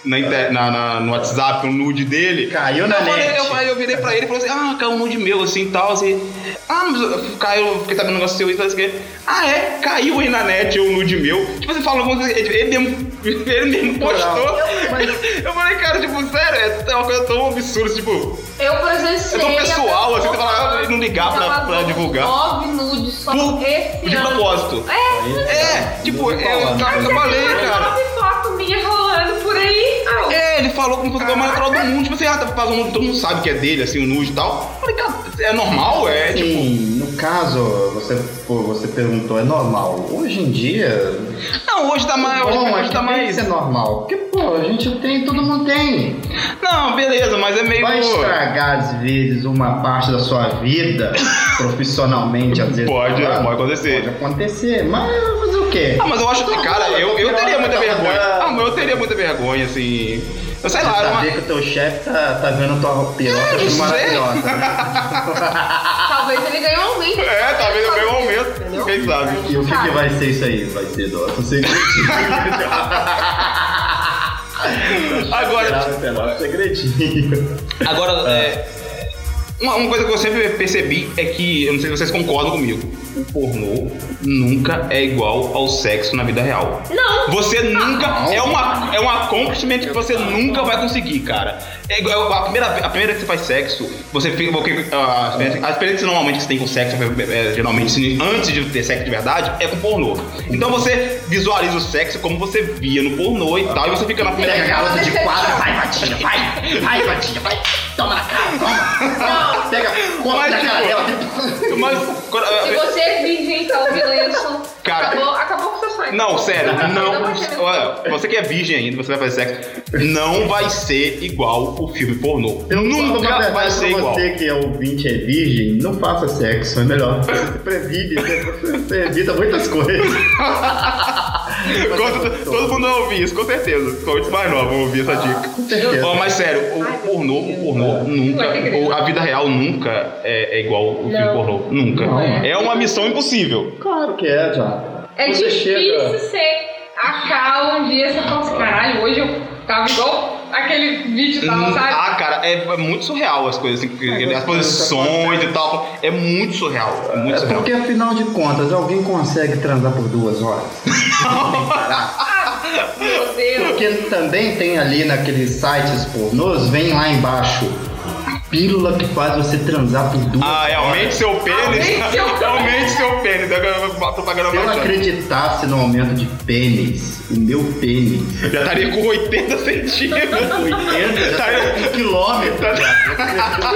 A: na, inter- na- na- no WhatsApp, um nude dele.
B: Caiu na
A: Eu falei,
B: net.
A: eu, falei- eu virei pra ele e falei assim, ah, caiu um nude meu, assim, tal, assim. Ah, mas eu- caiu, porque tá vendo um negócio seu e tal, assim. Ah, é? Caiu aí na net um nude meu. Tipo, você fala alguma coisa, ele ele mesmo, ele mesmo postou. Eu falei, cara, tipo, sério, é uma coisa tão absurda, tipo...
C: Eu presenciei.
A: É tão pessoal,
C: a
A: assim, você fala, ah, não ligar pra-
C: Ela
A: pra
C: vazou
A: divulgar.
C: Nove nudes só
A: Por-
C: esse
A: de
C: ano.
A: propósito.
C: É,
A: É, tipo, eu,
B: falando.
A: eu falei,
C: Mas
A: cara... É.
C: Nove fotos minhas rolando por aí.
A: falou como se fosse a mais natural do mundo. Tipo assim, ah, tá fazendo mundo, todo mundo sabe que é dele, assim, o nude e tal. Eu falei, cara, é normal? É, tipo.
B: Sim, no caso, você, pô, você perguntou, é normal. Hoje em dia,
A: Não, hoje tá mais. Hoje,
B: bom,
A: hoje
B: mas
A: tá
B: tem que
A: mais.
B: ser normal. Porque, pô, a gente tem, todo mundo tem.
A: Não, beleza, mas é meio.
B: Vai estragar, às vezes, uma parte da sua vida, profissionalmente, às vezes. tá
A: Pode,
B: falando.
A: pode acontecer.
B: Pode acontecer, mas fazer o quê?
A: Ah, mas eu acho que, cara, eu, eu teria muita
B: Tá
A: vergonha.
B: mandando.
A: Ah, mas eu teria muita vergonha, assim. Eu sei
B: Você
A: lá, era uma-
B: saber que o teu chefe tá, tá vendo tua piroca
A: isso
B: de
A: é.
B: maravilhosa.
C: Talvez ele ganhe um aumento.
A: É, talvez eu ganhe um aumento, quem sabe?
B: e o que, que vai ser isso aí? Vai ser dó. segredinho.
A: Agora-
B: Esperava, esperava, segredinho. Ah.
A: Agora, é, uma, uma coisa que eu sempre percebi é que, eu não sei se vocês concordam comigo, o pornô nunca é igual ao sexo na vida real.
C: Não.
A: Você nunca. É, uma, é um accomplishment que você nunca vai conseguir, cara. É igual- a, primeira, a primeira que você faz sexo, você fica. porque, ah, A experiência, a experiência normalmente que você tem com sexo, é, é, geralmente, se- antes de ter sexo de verdade, é com pornô. Então você visualiza o sexo como você via no pornô e tal, e você fica na
B: Pega a
A: primeira.
B: garota de quadro, vai, Matinha, vai! Vai, Matinha, vai! Toma na cara, toma! Não, pega, corta
A: Mas,
B: na cara dela!
A: tipo, mas, quando-
C: Se você é virgem e tá ouvindo isso,
A: Cara.
C: acabou, acabou com seu sonho.
A: Não, sério, não.
C: vai ser
A: Olha, você que é virgem ainda, você vai fazer sexo, não vai ser igual o filme pornô.
B: falo pra
A: Nunca
B: verdade
A: vai ser
B: pra
A: igual.
B: Você que é ouvinte é virgem, não faça sexo, é melhor. Você previne, você- você evita muitas coisas. é
A: Com- Todo mundo vai ouvir isso, com certeza. Somente os mais novos vão ouvir essa dica.
B: Com certeza.
A: Ó, mas sério, o pornô, o pornô nunca, ou a vida real nunca é, é igual o filme
C: Não.
A: pornô. Nunca.
B: Não.
A: É uma missão impossível.
B: Claro que é, já.
C: É
B: Você
C: difícil
B: chega-
C: você acabar um dia você fala assim, caralho, hoje eu tava igual aquele vídeo tal, sabe?
A: Ah, cara, é, é muito surreal as coisas, assim, porque
B: É,
A: as
B: gostoso,
A: posições e tal. É muito surreal. É muito
B: É
A: surreal.
B: porque afinal de contas, alguém consegue transar por duas horas?
A: ah,
C: Meu Deus.
B: Porque também tem ali naqueles sites pornôs, vem lá embaixo. Pílula que faz você transar por duas
A: Ah, é, aumente seu pênis.
C: Aumente seu pênis.
A: Aumente seu pênis. Agora propaganda
B: Se eu
A: baixando.
B: acreditasse no aumento de pênis, o meu pênis,
A: Já estaria com 80 centímetros.
B: 80 já tá um quilômetro. cara.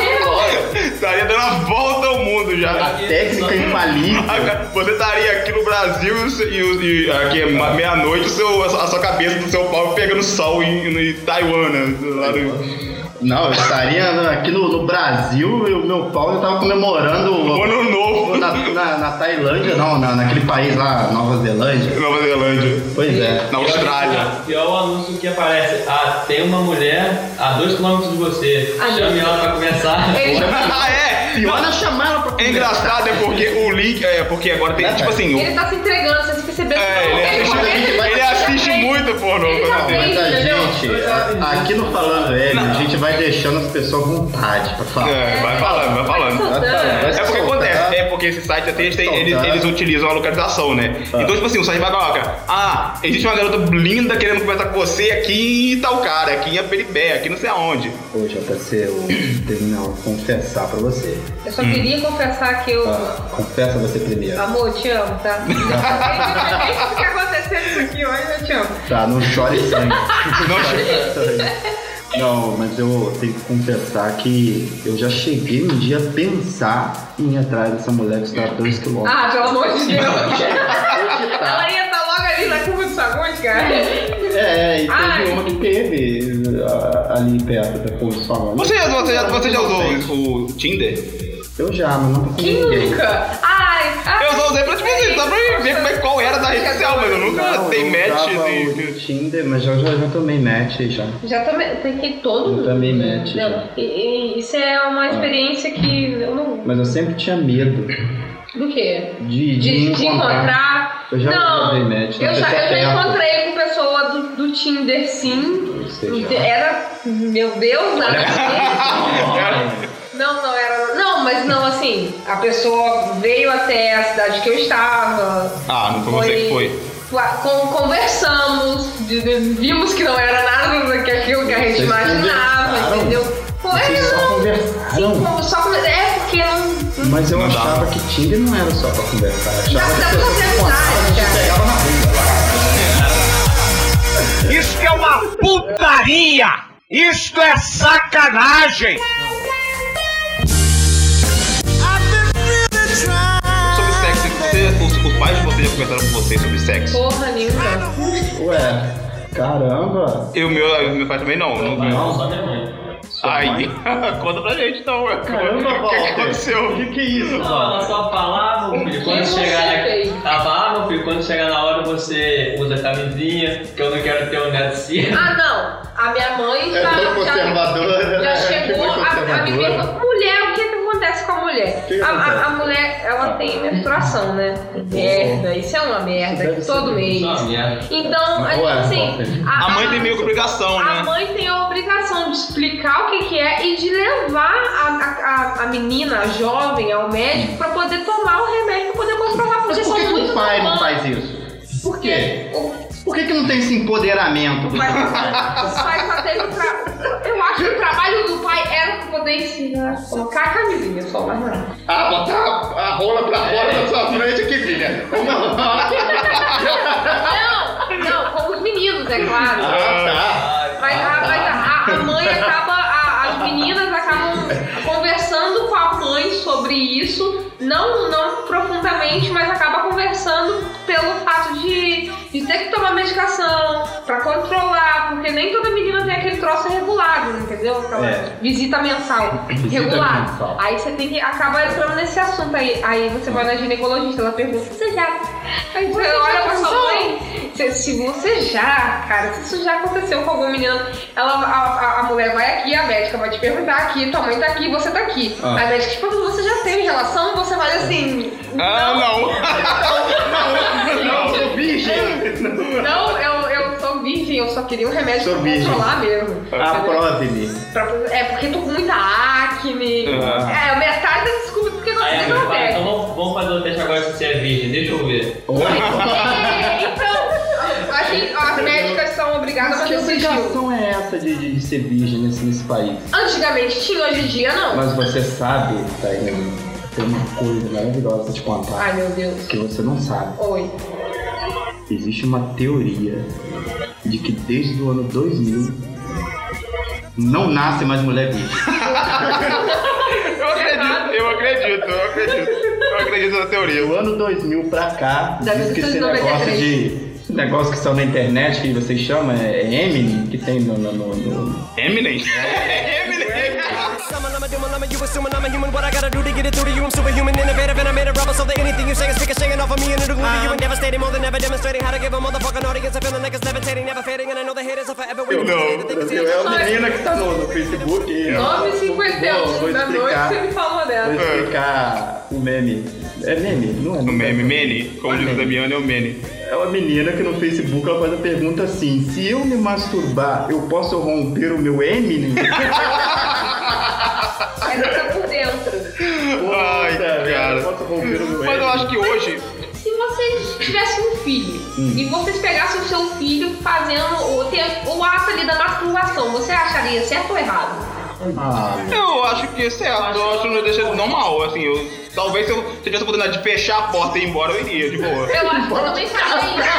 A: Estaria dando a volta ao mundo
B: Tá.
A: já.
B: Técnica infalível.
A: Agora, Você estaria aqui no Brasil e, o seu- e o- e aqui é ma- meia-noite o seu- a sua- a sua cabeça do seu pau pegando sol em, em Taiwan, né? Lá no-
B: Não, eu estaria aqui no, no Brasil e o meu pau eu tava comemorando
A: no
B: o-
A: ano novo
B: na, na- na Tailândia, não, na- naquele país lá, Nova Zelândia.
A: Nova Zelândia.
B: Pois é.
A: Na Austrália.
D: E olha o anúncio que aparece. Ah, tem uma mulher a 2km de você.
C: Ah,
D: Chame
C: não.
D: ela pra conversar.
C: Ele-
A: Ah, é!
B: Pior é chamar ela pra
A: É engraçado, é porque o link. É porque agora tem. Tipo assim, o-
C: Ele tá se entregando, vocês perceberam?
A: É, ele
C: Ele
A: assiste-
C: começa-
A: ele assiste muito pornô.
C: Ele já
A: Não,
C: fez,
B: Mas a
C: entendeu?
B: gente, a- aqui no Falando L, a gente vai deixando as pessoas à vontade pra falar.
A: É, vai falando, vai falando.
B: Vai falando, vai
A: É porque
B: soltar.
A: acontece, é porque esses sites até eles, têm- eles,
B: Soltar.
A: eles utilizam a localização, né? Então, tipo assim, o site vai colocar, ah, existe uma garota linda querendo conversar com você aqui em tal cara, aqui em Aperibé, aqui não sei aonde.
B: Ô, JC, eu tenho algo a confessar pra você.
C: Eu só
A: Hum.
C: queria confessar que eu.
B: Tá? Confessa você primeiro.
C: Amor, eu te amo, tá? Independente do que acontecendo isso aqui hoje, eu te amo.
B: Tá, não chore sangue.
A: Não
B: chore sangue. Não, mas eu tenho que confessar que eu já cheguei um dia a pensar em ir atrás dessa mulher que está a 2 km.
C: Ah, pelo amor de Deus. Ela ia estar logo ali tá na curva do saguão, cara.
B: É, e teve
C: Ai.
B: uma que teve a- ali perto da Folha de Salão.
A: Você, já- você, já- você já usou o Tinder?
B: Eu já, mas não com
C: Quem
B: ninguém.
C: nunca? Ai, ai.
A: Eu só usei pra, tipo assim, só pra ver como é, qual era da rede social, mas eu nunca
B: Não,
A: dei
B: eu
A: match.
B: usava
A: Assim.
B: o Tinder, mas já, já, já tomei match já.
C: Já também. Tem que todo
B: Eu
C: mundo.
B: também mete,
C: Não,
B: já.
C: e- e Isso é uma experiência que eu não.
B: Mas eu sempre tinha medo
C: Do quê?
B: de, de,
C: De, de
B: encontrar.
C: encontrar.
B: Eu já-
C: não,
B: já dei match né? na
C: eu já,
B: pessoa
C: eu já
B: certa.
C: encontrei com pessoa do, do Tinder, sim.
B: Ou seja,
C: Era. Meu Deus, nada disso. Não, não era. Não, mas não, assim, a pessoa veio até a cidade que eu estava.
A: Ah, não foi você que foi.
C: Lá, con- conversamos, de- de- vimos que não era nada do que aquilo que a gente
B: Vocês
C: imaginava,
B: conversaram?
C: entendeu? Foi,
B: Vocês só
C: não.
B: conversaram?
C: Sim, como- só conver- É, porque não.
B: Mas eu
A: Não dá.
B: achava que Tinder não era só pra conversar. Eu
C: Dá
B: achava
C: dá
B: que
C: pra fazer amizade, cara.
B: pegava na rua.
E: Isso que é uma putaria! Isto é sacanagem!
A: Sobre sexo, você, os, os pais de vocês já conversaram com vocês sobre sexo?
C: Porra nenhuma.
B: Ué, caramba.
A: E o meu, meu pai também não. não,
D: Não, só minha mãe.
B: Sua
A: Aí,
B: mãe-
A: conta pra gente então. ué.
B: Caramba,
A: o que, que
B: Walter.
A: aconteceu?
B: O que que é isso,
D: Não, ela
B: Walter?
D: só fala, ah, meu filho, quando
C: que você
D: chegar
C: fez?
D: Ela fala, ah, meu filho, quando chegar na hora você usa a camisinha, que eu não quero ter um neto cedo.
C: Ah, não. A minha mãe
B: É
C: já,
B: tão conservadora.
C: já, já
B: né?
C: chegou
B: Muito
C: a, a me
B: conservadora.
C: perguntar, mulher, o que, que acontece com a mulher?
B: O que que
C: a, a,
B: acontece? Ah.
C: a mulher, ela tem menstruação, né? Merda, isso é uma merda,
B: Deve ser
C: todo mês.
D: Só merda.
C: Então,
B: Ué,
C: assim,
B: Walter.
A: A mãe tem meio que obrigação,
C: A
A: né?
C: mãe tem a obrigação de explicar o que, que é e de levar a, a, a- a menina, a jovem, ao médico pra poder tomar o remédio pra poder controlar, porque
B: Mas
C: são
B: por que, que
C: muito
B: o pai não
C: humanos.
B: faz isso?
C: Por quê? O-
B: Por que, que não tem esse empoderamento?
C: o pai- Os pais só teve pra... Eu acho que o trabalho do pai era poder ensinar a colocar a camisinha só, mas não.
B: Ah, botar a, a rola pra fora da sua frente aqui, filha.
C: Não, não, como os meninos, é claro.
B: Ah, tá.
C: Mas, a, mas a- a, a mãe acaba, a- as meninas acabam conversando com a mãe sobre isso, não, não profundamente, mas acaba conversando pelo fato de, de ter que tomar medicação pra controlar, porque nem toda menina tem aquele troço regulado, entendeu? Aquela
B: É.
C: visita mensal
B: Visita
C: regulada.
B: mensal.
C: Aí você tem que acaba entrando nesse assunto aí. Aí você vai na ginecologista, ela pergunta, você já? Aí você olha pra sua mãe, se, se você já, cara, se isso já aconteceu com alguma menina, ela, a, a- a mulher vai aqui, a médica vai te perguntar aqui, tua mãe tá aqui, você tá aqui.
B: Ah.
C: A médica, tipo, você já teve relação? Você vai assim,
A: Ah, não.
B: Não, sou virgem.
C: não, eu, eu tô virgem, eu só queria um remédio
B: Sou
C: pra
B: virgem.
C: controlar mesmo.
B: Ah, Aprove-me.
C: Pra- é porque tô com muita acne.
B: Ah.
C: É, metade da desculpa do que é.
D: Aí a
C: aconteceu com a
D: minha fala,
C: médica.
D: então vamos, vamos fazer o teste agora se você é virgem, deixa eu ver.
C: É, então, a gente- as médicas são obrigadas a
B: que
C: fazer o sigilo.
B: obrigação é essa de, de- de ser virgem nesse, nesse país?
C: Antigamente tinha, hoje em dia não.
B: Mas você sabe, Tainani, tem uma coisa maravilhosa pra te contar
C: Ai meu Deus.
B: que você não sabe.
C: Oi.
B: Existe uma teoria de que desde o ano 2000 não nasce mais mulher virgem.
A: Eu acredito, eu acredito, eu acredito. Eu acredito na teoria.
B: Do ano 2000 pra cá,
C: Da
B: diz que esse
C: 1993.
B: negócio de... Esse negócio que são na internet, que vocês chamam, é Eminem, que tem no... no, no, no...
A: Eminem. né? Eminem.
B: Não, Brasil, é uma
E: Ah.
B: menina que tá no, no Facebook. e-
C: 9h51
B: Vou- vou
C: da noite
B: explicar.
C: você me falou
B: Vou
C: dela.
B: explicar o meme. É meme, não é?
A: É. O meme, Mene, como diz o Damiano, é o Mene.
B: É uma menina que no Facebook ela faz a pergunta assim: se eu me masturbar, eu posso romper o meu Eminem?
C: Mas eu tô tá por dentro.
A: Ai,
B: Puta,
A: É, cara.
B: Eu posso romper o meu
A: Mas eu
B: Eminem?
A: acho que hoje.
C: Se vocês tivessem um filho
A: Hum.
C: e vocês pegassem o seu filho fazendo o, tem o ato ali da masturbação, você acharia certo ou errado?
B: Ah,
A: Eu acho que certo, eu acho que não deixa normal, assim, eu. Talvez se eu se eu tivesse a oportunidade de fechar a porta e ir embora, eu iria, de boa.
C: Eu acho que eu também faria.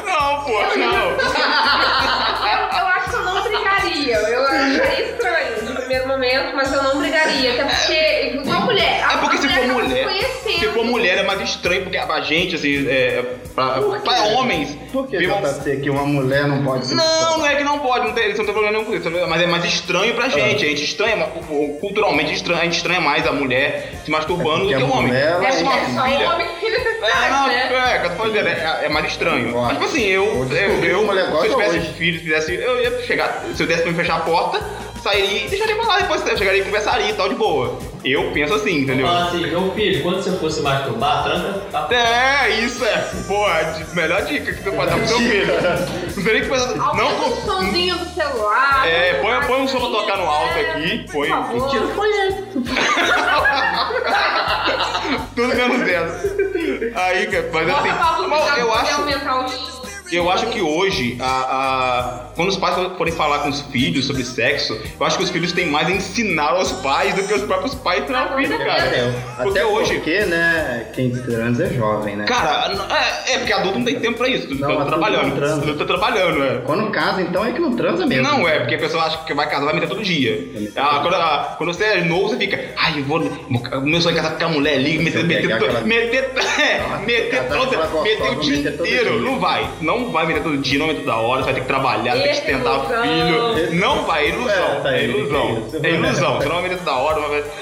A: Não, pô, não.
C: Eu, eu acho que eu não brigaria. Eu acharia estranho no primeiro momento, mas eu não brigaria. Até porque uma mulher. a-
A: É porque
C: a
A: se for
C: acaba
A: mulher.
C: conhecendo.
A: Se for mulher é mais estranho, porque a gente, assim, é. Pra, pra homens.
B: por que
A: vê uma-
B: JC que uma mulher não pode ser.
A: Não, não é que não pode, não tem, eles não tem problema nenhum com isso, mas é mais estranho
B: Ah.
A: pra gente. A gente estranha, ma- cu- culturalmente estranha, a gente estranha mais a mulher se masturbando
B: É porque
A: do que
B: a
A: o homem.
B: mulher, ela
C: É
A: é
C: porque
A: uma
C: é só
A: filha.
C: um homem que
A: É, não,
C: né?
A: é, que eu tô falando, é, é mais estranho.
B: Olha,
A: Mas, tipo assim, eu,
B: hoje
A: eu,
B: descobri
A: eu-
B: que mulher
A: se
B: gosta
A: eu tivesse
B: hoje.
A: filho, se tivesse, eu ia chegar, se eu desse pra me fechar a porta, sairia e deixaria pra lá, depois eu chegaria e conversaria e tal, de boa. Eu penso assim, entendeu?
B: Ah.
D: Fala assim, meu filho, quando você for se masturbar, tranca tá a
A: É, isso é, pô, a di- melhor dica que você pode dar pro seu filho. Não tem nem que pensar, não,
C: Aumenta o
A: co-
C: somzinho do celular.
A: É, põe,
C: uma
A: põe um som pra
C: musiquinha,
A: tocar no alto
C: é,
A: aqui.
C: por
A: Põe
C: favor.
A: tudo menos essa. Aí, cara, mas
C: Bota
A: assim.
C: pra
A: mas
C: aumentar,
A: assim, eu
C: pra
A: acho.
C: aumentar os
A: Eu acho que hoje, a, a- quando os pais forem falar com os filhos sobre sexo, eu acho que os filhos têm mais a ensinar aos pais do que os próprios pais ensinam ao filho, cara.
B: Até,
A: Porque
B: até
A: hoje-
B: Porque, né? Quem transa é jovem, né?
A: Cara, é, é porque adulto não tem tempo pra isso. Tu
B: Não,
A: tá
B: adulto
A: trabalhando.
B: não transa.
A: Tu tá trabalhando, é.
B: Quando casa, então, é que não transa mesmo.
A: Não é, porque a pessoa acha que vai casar, vai meter todo dia. Ah, quando, ah, quando você é novo, você fica, ai, eu vou. O meu sonho é casar com a mulher ali, meter,
B: eu
A: meter,
B: pegar
A: todo-
B: aquela-
A: meter, é,
B: Nossa,
A: meter,
B: casar com
A: toda,
B: aquela gostosa,
A: meter o
B: vou
A: dia
B: meter todo
A: inteiro.
B: dia.
A: Não vai, não vai meter todo dia, não vai meter toda hora, você vai ter que trabalhar, tem que
C: Esse
A: sustentar o
C: ilusão.
A: filho. Não vai, é ilusão.
B: É, tá aí,
A: É ilusão.
B: isso.
A: É ilusão. Você não vai meter toda hora, não vai meter-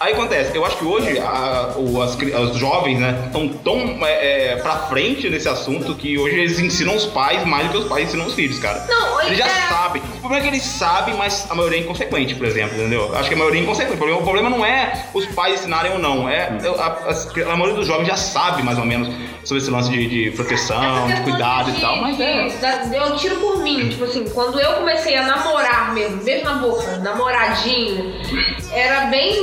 A: Aí acontece, eu acho que hoje a- o- as, cri- os jovens, né, estão tão é, é, pra frente nesse assunto que hoje eles ensinam os pais mais do que os pais ensinam os filhos, cara.
C: Não,
A: Eles já
C: é-
A: sabem. O problema é que eles sabem, mas a maioria é inconsequente, por exemplo, entendeu? Acho que a maioria é inconsequente. O problema, o problema não é os pais ensinarem ou não. É, eu- a, as- a maioria dos jovens já sabe, mais ou menos, sobre esse lance de, de
C: Essa
A: proteção, de
C: questão
A: Ah, cuidado
C: de-
A: e tal, mas
C: de-
A: é.
C: da- eu tiro por mim, tipo assim, quando eu comecei a namorar mesmo, beijo na boca, namoradinho, era bem,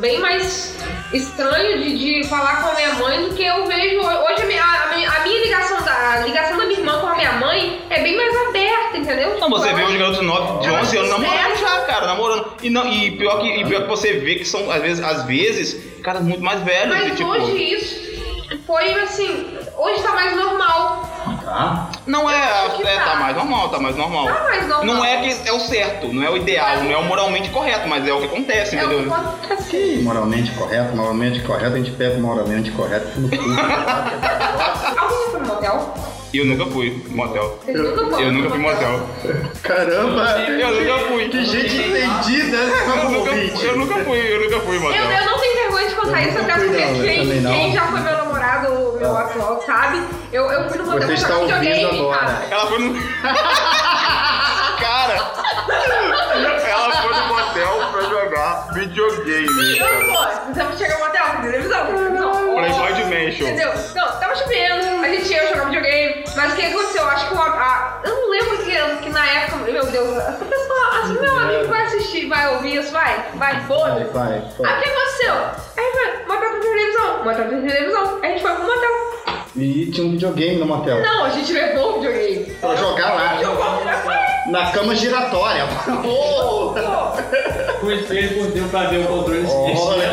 C: bem mais estranho de, de falar com a minha mãe do que eu vejo hoje. Hoje a minha, a minha- a minha ligação, da, a ligação da minha irmã com a minha mãe é bem mais aberta, entendeu?
A: Não, Então, você
C: Tipo,
A: vê
C: ela-
A: hoje garotos de 9, de
C: Ela
A: 11 anos
C: se
A: namorando
C: esquece.
A: já, cara, namorando. E, não, e, pior que, e pior que você vê que são, às vezes, às vezes caras muito mais velhos.
C: Mas
A: e, tipo,
C: hoje isso foi assim, hoje tá mais normal.
B: Tá?
A: Não é,
C: acho que
A: é, tá
C: tá.
A: mais normal, tá mais normal.
C: Tá mais normal.
A: Não é que é o certo, não é o ideal, não é o moralmente correto, mas é o que acontece,
C: É o que
A: entendeu?
C: acontece.
B: Que moralmente correto, moralmente correto, a gente pega o moralmente correto no cu.
C: Alguém já foi no motel?
A: Eu nunca fui pro motel.
C: Vocês nunca foram
A: Eu
C: no
A: nunca fui pro motel.
B: Caramba!
A: Eu nunca fui.
B: Que gente entendida essa
A: Eu nunca,
B: ouvinte.
A: eu nunca fui, eu nunca fui pro
C: Eu,
A: motel.
C: eu não tenho vergonha de contar
B: Eu
C: isso,
B: não
C: até
B: fui,
C: porque
B: não, eu também
C: quem,
B: não.
C: quem já foi meu namorado, ou meu atual, sabe? Eu, eu fui no motel
B: Você
C: pra
B: está
C: jogar videogame
B: ouvindo
C: em
B: agora.
C: casa.
A: Ela foi no. Cara! Ela foi no motel pra jogar videogame.
C: Eu não
A: cara.
C: vou. Precisamos chegar no motel, fazer televisão, fazer televisão.
A: Playboy Dimension.
C: Entendeu? Não, tava chovendo, a gente ia jogar videogame. Mas o que aconteceu? Eu Acho que eu, a- eu não lembro que, que na época, meu Deus, essa pessoa, assim, meu amigo vai assistir, vai ouvir isso, vai, vai, foda.
B: Vai, vai,
C: Aí o
B: vai.
C: que aconteceu? Aí foi, motel pra televisão, motel pra televisão. Aí a gente foi pro motel.
B: E tinha um videogame no motel.
C: Não, a gente levou o videogame.
B: Pra jogar lá.
C: Jogou na parede.
B: Na cama giratória. Oh,
D: Com o espelho por dentro pra ver o controle oh.
B: olha.
C: É.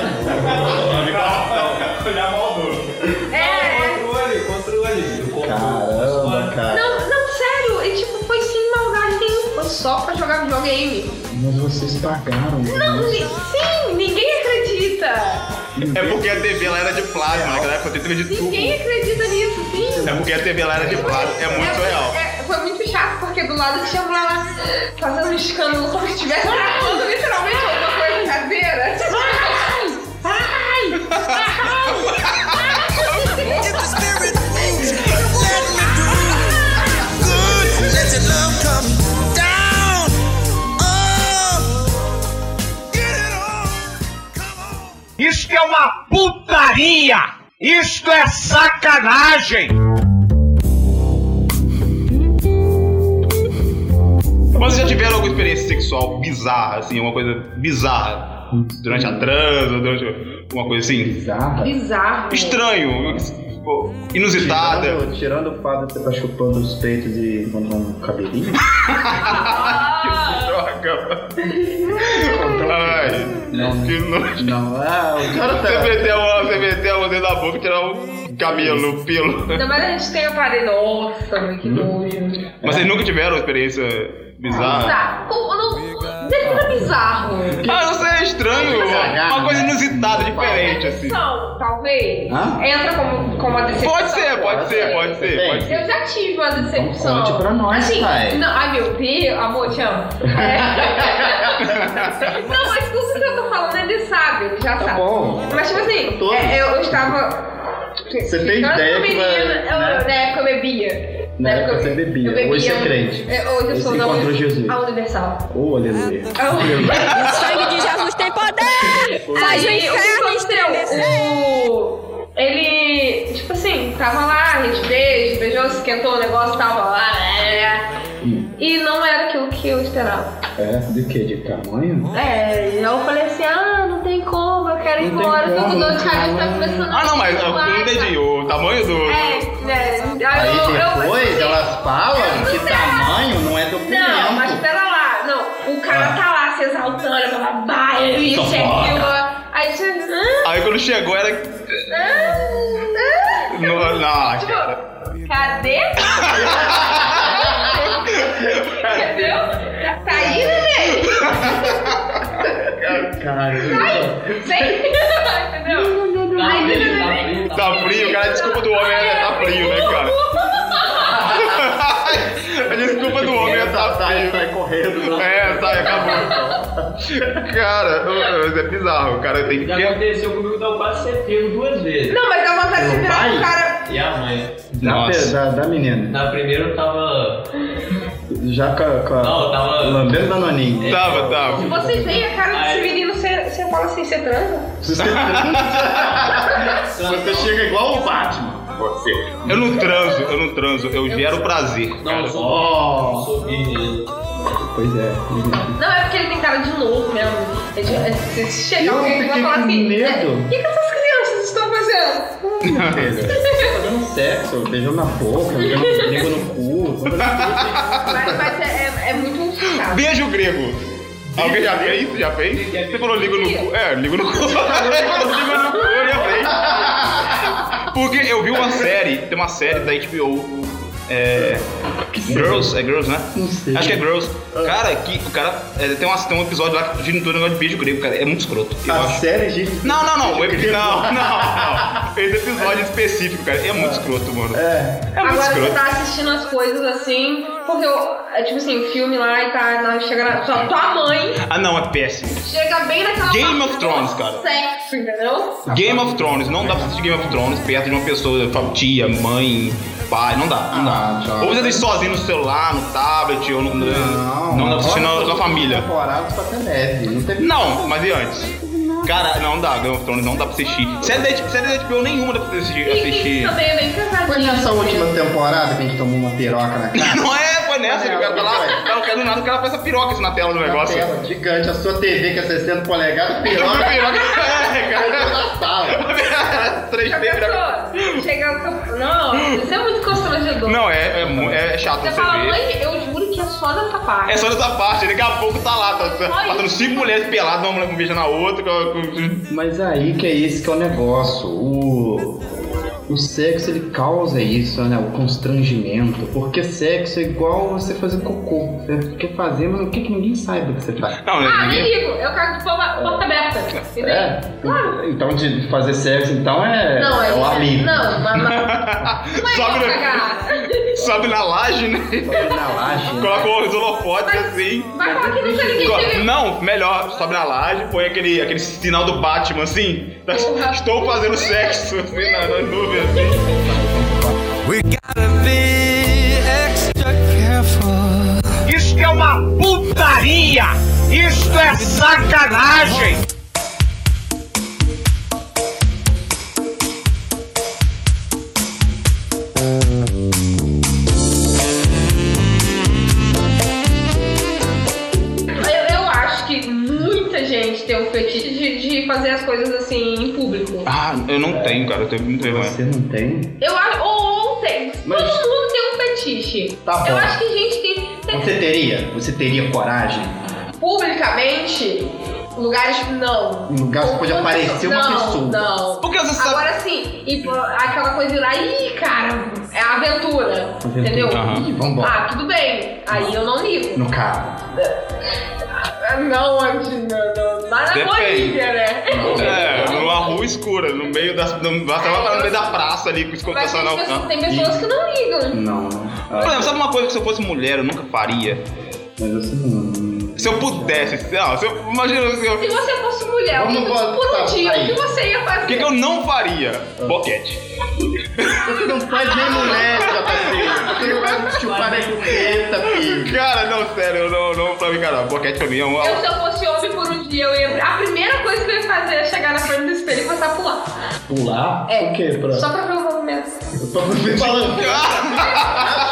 D: Controle, controle. O controle.
B: Caramba, cara.
C: Não, não, sério. E tipo, foi sem maldade nenhuma. Foi só pra jogar videogame.
B: Mas vocês pagaram. né?
C: Não, ni- sim, ninguém acredita.
A: É porque a TV lá era de plasma, naquela época tinha TV de tubo.
C: Ninguém acredita nisso, sim.
A: É porque a TV lá era de plasma, é muito real.
C: é, foi muito chato, porque do lado tinha uma lá fazendo um escândalo como se estivesse gravando literalmente alguma coisa caseira. Ai! Ai! Ai!
E: Isto é uma putaria! Isto é sacanagem!
A: Mas vocês já tiveram alguma experiência sexual bizarra, assim, alguma coisa bizarra? Durante a transa, durante alguma coisa assim?
B: Bizarra.
C: Bizarro.
A: Estranho, tipo, inusitada.
B: Tirando, tirando o fato de você estar chupando os peitos e encontrar um cabelinho.
A: Droga. Ai,
B: Não.
A: que nojo.
B: Não, ah, o cara
A: Você
B: tá.
A: meteu a você meteu a mão dentro da boca e tirar o cabelo, o pelo.
C: Ainda mais a gente tem o parede. Nossa, que
A: Uhum.
C: nojo.
A: Mas vocês nunca tiveram uma experiência bizarra?
C: Bizarro. Como não. Defina bizarro.
A: Ah, não sei, é estranho. Uma coisa inusitada, diferente, assim.
C: Decepção, Então, talvez.
B: Hã?
C: Entra como, como uma decepção.
A: Pode ser, pode ser, pode ser, pode ser.
C: Eu já tive uma decepção.
B: Então conte pra nós,
C: assim,
B: pai.
C: Não, ai, meu Deus, amor, te amo. É. não, mas tudo que eu tô falando ele sabe, ele já sabe.
B: Tá bom.
C: Mas, tipo assim,
B: Tô.
C: é, eu, eu estava.
B: Você tem
C: ficando
B: ideia
C: com
B: que
C: menina,
B: vai-
C: eu-
B: né?
C: Na época eu bebia.
B: Na época
C: eu
B: você bebia,
C: eu
B: hoje você é crente.
C: É, Hoje eu
B: Hoje
C: sou
B: você
C: da
B: encontrou
C: Uni-
B: Jesus.
C: A Universal.
B: Ô, aleluia.
C: A
J: O sangue de Jesus tem poder! Faz o
C: Aí,
J: inferno
C: que aconteceu?
J: estremecer!
C: O- Ele, tipo assim, tava lá, a gente beijo, beijou, se esquentou o negócio, tava lá. né? E não era aquilo que eu esperava.
B: É, de que? De tamanho?
C: É, eu falei assim, ah, não tem como, eu quero vai embora, tô com dor de cabeça, tá começando
A: Ah, não, mas eu
C: a
A: não entendi o tamanho do.
C: É, é.
B: Aí
C: eu- eu- assim,
B: depois elas falam que tamanho não é
C: Não, mas
B: documento.
C: pera lá. Não, o
A: Ah.
C: cara tá lá se exaltando, fala, bah, é isso, é aquilo. Aí você. "Hã?
A: Aí quando chegou era.
C: Hã? Hã?"
A: Não, é. não,
C: Tipo,
A: cara.
C: cadê? Entendeu? Tá aí, né,
B: Cara,
C: velho? Tá Vem! Entendeu? Ai, neném.
A: Tá frio, cara. a Desculpa do homem é tá frio, né, cara? A desculpa do homem é tá frio.
B: sai correndo.
A: É, sai, acabou. Cara, eu- eu- é bizarro, cara. Tem
D: Já
A: que.
D: aconteceu comigo, então eu quase ser pego duas vezes.
C: Não, mas dá vontade de virar pro cara.
D: E a mãe?
B: Da, pe- da, da menina.
D: Na primeira eu tava.
B: Já com a. com a-
D: Não, eu tava.
B: Lambendo danoninho.
A: Tava, tava.
C: Vocês veem a cara desse menino, você você fala assim, você transa?
B: Você, você chega igual o Batman.
A: Você. Eu não transo, eu não transo. Eu gero prazer.
D: Não, eu sou.
B: Oh,
D: sou virgem.
B: pois é.
C: Não, é porque ele tem cara de novo mesmo. É de- é- Se se chegar
B: Eu
C: alguém que vai
B: fiquei
C: falar
B: com
C: assim,
B: medo.
C: o que que essas crianças estão fazendo?
B: Fazendo sexo, beijando na boca, beijando língua no cu.
C: Mas, mas é, é- é muito complicado.
A: Beijo grego. Alguém já fez isso? Já fez? Você falou ligo no cu. É, ligo no cu. Ele falou ligo no cu, eu já fez. Porque eu vi uma série, tem uma série da HBO. É. Girls, é Girls, né?
B: Não sei.
A: Acho que é Girls. Cara, que o cara. é, tem, umas- tem um episódio lá que gira em torno do negócio de beijo grego, cara. É muito escroto. Eu
B: A
A: acho.
B: série, gente.
A: Não, não, não. o epi- Não, não, não. Esse episódio específico, cara, é muito escroto, mano.
B: É.
A: É muito
C: Agora você
A: escroto.
C: tá assistindo as coisas assim, porque eu, é tipo assim, filme lá e tá, na, chega na, só tua mãe
A: Ah, não, é péssimo.
C: chega bem naquela
A: Game
C: parte
A: of Thrones,
C: do
A: cara.
C: Sexo, entendeu?
A: Game of Thrones, não dá pra assistir Game of Thrones perto de uma pessoa, fala, tia, mãe, pai, não dá, não dá.
B: Ah, tchau.
A: Ou você assiste sozinho no celular, no tablet, ou no. tá. né, Não, não dá pra assistir
B: é
A: na sua família.
B: Temporada só tem leve. Não teve.
A: Não, mas e antes? Cara, não dá, Game of Thrones não dá pra assistir. Série da, série da HBO nenhuma dá pra assistir.
C: E que
A: assistir.
C: também é bem
B: Foi
C: pesadinho.
B: nessa última temporada que a gente tomou uma piroca na cara.
A: Não é, foi nessa que o cara tá lá. O cara não quer do nada, o cara faz essa piroca assim na tela do negócio.
B: Na tela Gigante, a sua TV que é 60 polegadas,
A: Piroca,
B: piroca Tá,
A: é, cara.
B: na sala.
A: 3D,
C: Já
A: piroca.
C: pensou? Chega. Não, isso é muito constrangedor.
A: Não, é, é, mu- é chato
C: Você
A: você
C: fala,
A: ver.
C: mãe, eu juro que é só nessa parte.
A: É só nessa parte, daqui a pouco tá lá, tá, tá
C: Olha
A: matando
C: isso.
A: cinco mulheres peladas, uma mulher com beija na outra, com, com- com-
B: Mas aí que é esse que é o negócio. O, o sexo ele causa isso, né? O constrangimento. Porque sexo é igual você fazer cocô. Você quer fazer, mas não quer que ninguém saiba que você faz.
A: Não,
C: Ah, nem
A: ninguém...
C: ligo, eu cago de forma- porta aberta. Entendeu?
B: É?
C: Claro.
B: Então de fazer sexo então é,
C: Não,
B: é o
C: aí-
B: alívio.
C: Não, mas. mas-
A: sobe,
C: Não é
A: na,
C: cagar.
A: sobe na laje, né?
B: Na laje, né?
A: Coloca o holofote assim.
C: Vai falar que não tem ninguém
A: Co-
C: que viu.
A: Não, melhor, sobe na laje, põe aquele, aquele sinal do Batman assim. tá-
C: Porra.
A: Estou fazendo sexo assim na, na nuvem assim.
E: Isso é uma putaria! Isso é sacanagem!
C: Eu, eu acho que muita gente tem o fetiche de, de fazer as coisas assim em público.
A: Ah, eu não tenho, cara, eu tenho, não tenho mais.
B: Você não tem?
C: Eu acho. Ou ontem.
B: Mas-
C: Todo mundo tem um fetiche.
B: Tá bom.
C: Eu acho que a gente tem. tem-
B: Você teria? Você teria coragem?
C: publicamente, lugares. Não.
B: Em Um lugar que
C: Ou
B: pode
C: quando-
B: aparecer uma
C: não,
B: pessoa.
C: Não.
A: Porque você sabe.
C: Agora sim, e pô, aquela coisa de lá, ih, cara, é a aventura. Entendeu?
A: Aham.
B: Ih, vambora.
C: Ah, tudo bem. Aí eu não ligo.
B: No carro.
C: Ah, Não, onde? Não, não. Lá na
A: Depende.
C: Bolívia, né?
A: É, numa rua escura, no meio da. No, você vai parar no meio da praça ali com o escopo
C: Mas é tem,
A: nacional.
C: pessoas-
B: Ah,
C: tem pessoas que não ligam.
B: Não.
A: Por
B: Ah,
A: exemplo, sabe uma coisa que se eu fosse mulher eu nunca faria?
B: Mas você não.
A: Se eu pudesse, se- não, se eu, imagina se eu,
C: Se você fosse mulher,
B: Vamos
C: o que-
B: embora,
C: por um
B: tá,
C: dia,
B: aí.
C: o que você ia fazer?
A: O que, que eu não faria? Boquete.
B: Você não faz nem mulher, JP. Você não vai chupar nem buceta, filho.
A: Cara, não, sério, eu não, não, pra mim, cara, boquete pra mim é uma.
C: Eu, se eu fosse homem por um dia, eu ia. A primeira coisa que eu ia fazer é chegar na frente do espelho e começar a pular.
B: Pular?
C: É.
B: O quê, pra?
C: Só pra ver o movimento.
B: Eu tô falando.
D: Porque toda mulher falando,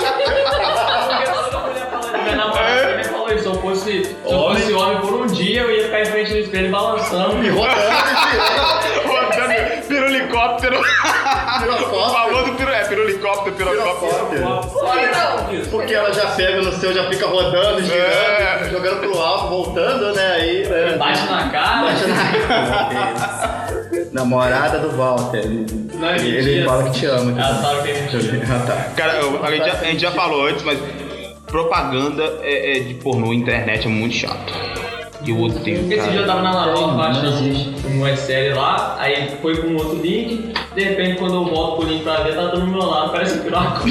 D: minha namorada sempre falou isso, eu fosse fosse, se eu fosse homem por um dia, eu ia ficar em frente do espelho balançando.
A: E rodando, Rodando um pirulicóptero. Falando piru, é, pirulicóptero, pirulicóptero.
B: Porque ela já pega no seu, já fica rodando, girando,
A: É.
B: jogando pro alto, voltando, né? Aí. né?
D: Bate na cara.
B: Bate na cara. Namorada do Walter. Ele,
D: Não, é
B: ele
D: mentira.
B: fala que te ama.
D: Ela sabe que é mentira.
B: Ah, tá.
A: Cara, eu- a gente, já, a gente já falou antes, mas propaganda é, é de pornô internet é muito chato. Eu odeio,
D: Esse dia eu
A: cara.
D: tava na Laval baixando uma série um lá, aí foi pra um outro link, de repente quando eu volto pro link pra ver, tá todo do meu lado, parece um piraco.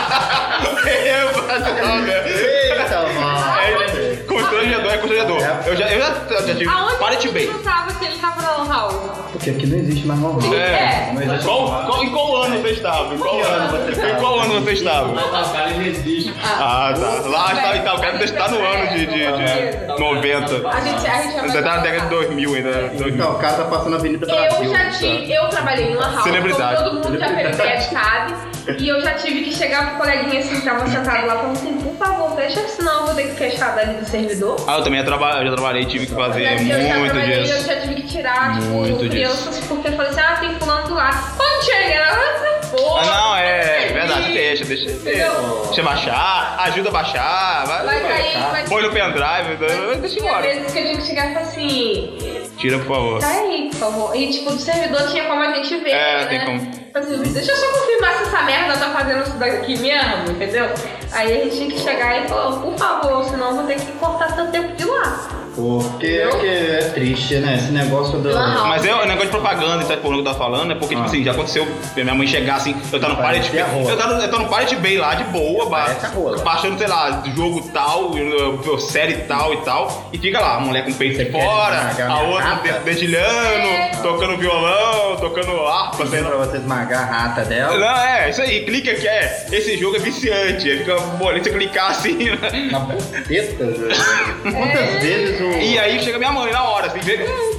A: Eu faço droga.
B: Eita, mano.
A: É constrangedor, é constrangedor. Eu já, eu já, eu já tive.
C: Aonde
A: Para
C: você
A: bem.
C: pensava que ele tá tava na Lan House?
B: Porque aqui não existe mais normal.
A: É.
B: Não existe
A: Qual, qual- em qual ano você estava? Em qual ano? Em qual ano você estava?
D: Mas tá, cara, ele existe.
A: Ah, tá. Lá está, então, o cara ainda está no ano de, de, de 90.
C: A gente, é a gente
A: Você tá
C: já vai
A: na
C: conversar.
A: década de 2000 ainda. né? 2000.
B: Não, o cara tá passando a Avenida Brasil.
C: Eu já tive, eu trabalhei em uma house, então
A: Celebridade.
C: todo mundo já percebeu, sabe? E eu já tive que chegar pro coleguinha assim que tava sentado lá e falar assim, por favor, fecha, senão eu vou ter que fechar dali do servidor.
A: Ah, eu também já, traba- eu já trabalhei, tive que fazer
C: Mas eu já
A: muito
C: trabalhei, eu
A: disso.
C: já tive que tirar, tipo,
A: Muito
C: crianças, porque eu falei assim, ah, tem fulano do lado. Quando chega, ela assim,
A: Ah,
C: porra.
A: não, é verdade, deixa, deixa.
C: Entendeu?
A: Deixa baixar, ajuda a baixar, vai,
C: Mas aí, mas-
A: põe no pendrive, deixa
C: Tinha
A: embora.
C: vezes que eu tinha que chegar e falar assim,
A: Tira, por favor.
C: tá aí, por favor. E tipo, do servidor tinha como a gente ver.
A: É,
C: né?
A: tem como.
C: Falei assim, deixa eu só confirmar se essa merda tá fazendo isso daqui mesmo, entendeu? Aí a gente tinha que chegar e falar, por favor, senão eu vou ter que cortar seu tempo de lá.
B: Porque é, que é triste, né? Esse negócio do.
C: Lan house.
A: Mas é o negócio de propaganda, sabe por que eu tô falando? É porque, tipo
B: Ah.
A: assim, já aconteceu minha mãe chegar assim, eu tá no
B: Parece
A: Pirate Bay.
B: a rola.
A: Eu tá no, eu tá no Pirate Bay lá, de boa, ba-
B: Parece a rola.
A: baixando, sei lá, jogo tal, eh, série tal e tal, e fica lá, a mulher com o peito de
B: quer
A: fora,
B: esmagar
A: a
B: minha
A: outra
B: rata?
A: de- dedilhando,
C: É.
A: tocando violão, tocando harpa, sei
B: Fazendo
A: lá.
B: pra você esmagar a rata dela.
A: Não, é, isso aí, clica que é. Esse jogo é viciante, ele fica bolando, você clicar assim. né?
B: Na buceta.
C: É.
B: Quantas vezes o.
A: E aí chega minha mãe na hora, assim, vê.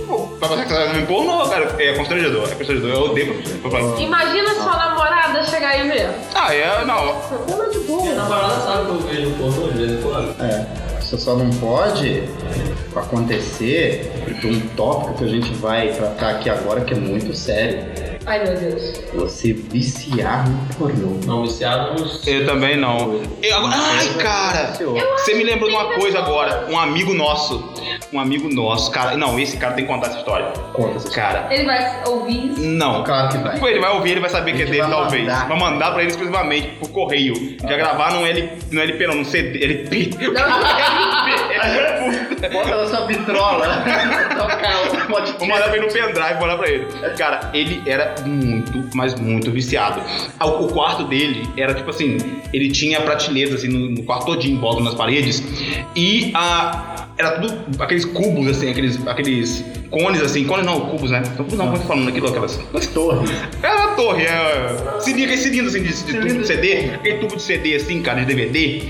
A: Pô, vai passar que você me pornô, cara. É constrangedor, é constrangedor. Eu odeio propaganda.
C: Imagina sua namorada chegar e ver.
A: Ah, é, não.
D: Minha namorada sabe que eu vejo pornô de vez em quando.
B: É, Isso só não pode acontecer de um tópico que a gente vai tratar aqui agora que é muito sério.
C: Ai meu Deus.
B: Você viciar no pornô.
D: Não, viciado nos...
A: Eu também não. Eu agora- ai, cara!
B: é
A: Você me lembrou de uma coisa agora. Um amigo nosso. Um amigo nosso, cara. Não, esse cara tem que contar essa história.
B: Conta essa história.
A: Cara,
C: Ele vai ouvir isso.
A: não.
B: Claro que vai.
A: Ele vai ouvir, ele vai saber que é
B: Ele
A: dele,
B: vai
A: talvez.
B: mandar.
A: Vai mandar pra ele exclusivamente, por correio. Já gravar num L, no LP, não, num CD. LP. LP.
B: Bota na sua vitrola. Toca o
A: Vou
B: podcast.
A: mandar pra ele no pendrive, vou mandar pra ele. Cara, ele era muito, mas muito viciado. Ah, O, o quarto dele era tipo assim, ele tinha prateleiras assim no, no quarto todinho, em volta nas paredes. E a. Era tudo aqueles cubos, assim, aqueles. aqueles cones assim, cones não, cubos, né? Então, não, como é que falando aquilo? Aquelas.
B: Torre.
A: Era uma torre, é. Cilindro, aquele cilindro assim, de, de tubo de CD, aquele tubo de CD assim, cara, de DVD.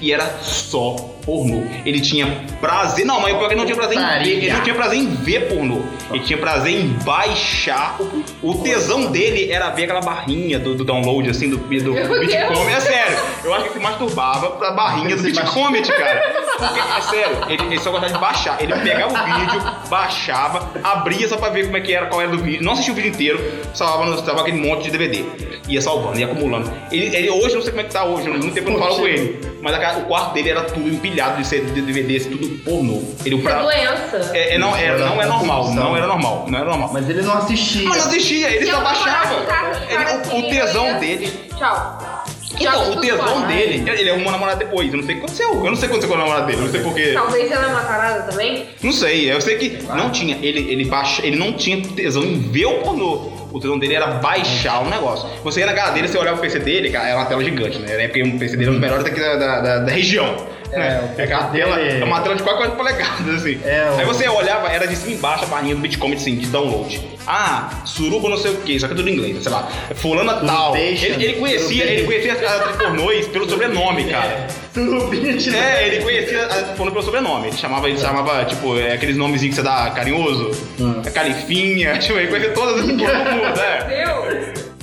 A: E era só pornô. Ele tinha prazer. Não, mas o pior é que ele não tinha prazer em ver. Ele não tinha prazer em ver pornô. Ele tinha prazer em baixar. O tesão dele era ver aquela barrinha do, do download, assim, do, do
C: Meu
A: Bitcoin. É sério. Eu acho que ele se masturbava pra barrinha do
B: Ele se
A: Bitcoin, cara. Porque, é sério, ele, ele só gostava de baixar. Ele pegava o vídeo, baixava, abria só pra ver como é que era, qual era do vídeo. Não assistia o vídeo inteiro, salvava, no- salvava aquele monte de DVD. Ia salvando, ia acumulando. Ele, ele- hoje, eu não sei como é que tá hoje, eu não- muito tempo eu não falo com ele. Mas a ca- o quarto dele era tudo empilhado de CD, de DVD, tudo pornô. Ele, o
C: Isso é
A: pra-
C: doença.
A: é, é, não, é, não é normal, não era normal, não era normal.
B: Mas ele não assistia.
A: Mas não assistia, ele
C: Se
A: só
C: eu namorasse
A: baixava.
C: um cara que
A: Ele- o-
C: assim,
A: o
C: eu
A: tesão
C: ia-
A: dele
C: Tchau. Joga
A: então, o
C: tudo né?
A: tesão
C: fora.
A: dele, ele arrumou uma namorada depois. Eu não sei o que aconteceu. Eu não sei o que aconteceu com a namorada dele. Eu não sei porquê.
C: Talvez ela é uma tarada também.
A: Não sei. Eu sei que não tinha. Ele, ele, baixa, ele não tinha tesão em ver o pornô. O tesão dele era baixar o negócio. Você ia na cara dele, você olhava o PC dele, cara, era uma tela gigante, né? Era Porque o PC dele é um dos melhores daqui da, da, da- da região.
B: É,
A: né?
B: o
A: é aquela
B: PC
A: tela,
B: dele-
A: é uma tela de quase 40 polegadas, assim.
B: É, o-
A: Aí você olhava, era de cima embaixo a barrinha do Bitcoin, assim, de download. Ah, suruba não sei o que, só que é tudo em inglês, sei lá. Fulana tal.
B: Surubation.
A: Ele, ele conhecia, ele conhecia as as pornôs pelo sobrenome, cara.
B: É, Surubinha de
A: É, ele conhecia a- falando pelo sobrenome. Ele chamava, ele chamava, tipo, é, aqueles nomezinhos que você dá carinhoso.
B: Hum.
A: É Califinha, tipo, ele conhecia todas as porra do mundo, né?
C: Meu.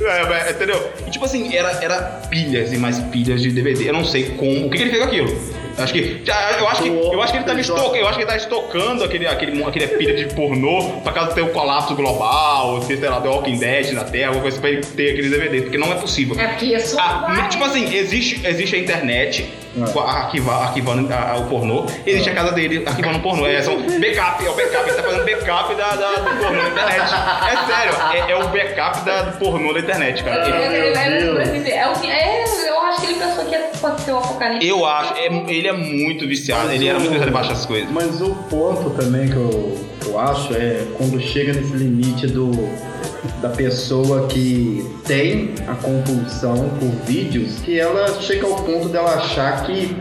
A: É, é, entendeu? E, tipo assim, era, era pilhas e mais pilhas de DVD. Eu não sei como. O que, que ele fez com aquilo? Acho que. já- Eu acho que, eu acho que ele tava estoca, eu acho que ele tá estocando aquele, aquele, aquele pilha de pornô pra caso tenha um colapso global, ou se, sei lá, The Walking Dead na Terra, alguma coisa pra ele ter aquele DVD, porque não é possível.
C: É porque isso
A: Ah,
C: vai.
A: não, tipo assim, existe, existe a internet com a- arquiva- arquivando a- a- o pornô, existe a casa dele arquivando o pornô. É só backup, é o backup, ele tá fazendo backup da, da- do pornô na internet. É sério, é, é o backup da, do pornô da internet, cara.
C: É, ele é um brasileiro. É o que- é, eu acho que ele pensou que pode ser o apocalipse.
A: Eu acho, é- ele é muito viciado, ele era muito viciado em baixar essas coisas.
B: Mas o ponto também que eu, eu acho é quando chega nesse limite do da pessoa que tem a compulsão por vídeos, que ela chega ao ponto dela achar que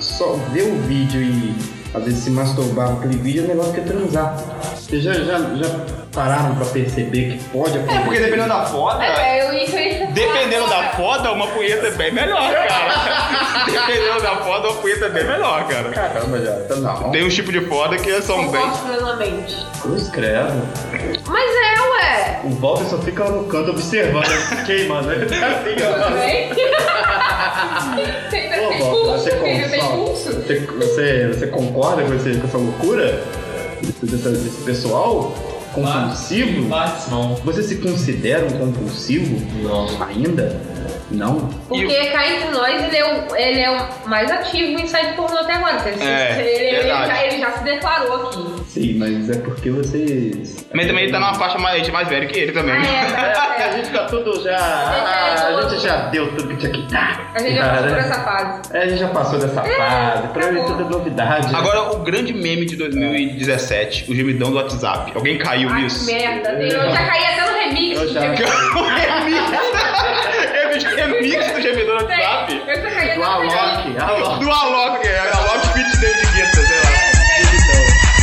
B: só ver o vídeo e às vezes se masturbar com aquele vídeo é melhor do que transar. Vocês já, já, já pararam pra perceber que pode acontecer?
A: É, porque dependendo da foto,
C: É, eu ia falar
A: Dependendo
C: agora.
A: da foda, uma punheta é bem melhor, cara. Dependendo da foda, uma punheta é bem melhor, cara.
B: Caramba, já, tá não.
A: Tem uns tipos de foda que são bem.
C: Concordo plenamente.
B: Cruz credo.
C: Mas é, ué.
B: O Walter só fica lá no canto observando, ele queimando. Ele tá assim,
A: É,
B: ó.
C: Tudo bem? Tem
B: Ô,
C: tem
B: Walter,
C: pulso,
B: você
C: filho, tem
B: concorda-
C: pulso.
B: Você, você, você concorda com, esse- com essa loucura? Dessa- desse pessoal compulsivo? Você se considera um compulsivo? Não. Ainda? Não?
C: Porque cá entre nós ele é, o, ele é o mais ativo em site pornô até agora. porque Ele, se-
A: É,
C: ele, ele
A: verdade.
C: já, ele já se declarou aqui.
B: Sim, mas é porque vocês.
A: Mas também ele tá numa faixa mais, a gente mais velho que ele também.
C: Ah, é, é.
B: A gente tá tudo já. ah,
C: já é
B: A
C: outro.
B: gente já deu tudo que tinha que dar.
C: A gente já passou por essa fase.
B: É, a gente já passou dessa fase. Pra mim tudo é novidade.
A: Agora, o grande meme de 2017, o gemidão do WhatsApp. Alguém caiu
C: Ai, que
A: nisso?
C: merda. Eu já caí até no remix.
B: Eu já-
C: Eu
A: O remix! É remix do gemidão do WhatsApp?
C: já caí até
B: Do
C: no remix.
B: Alok, Alok.
A: Do Alok, é. Alok Fit David Guetta, sei lá.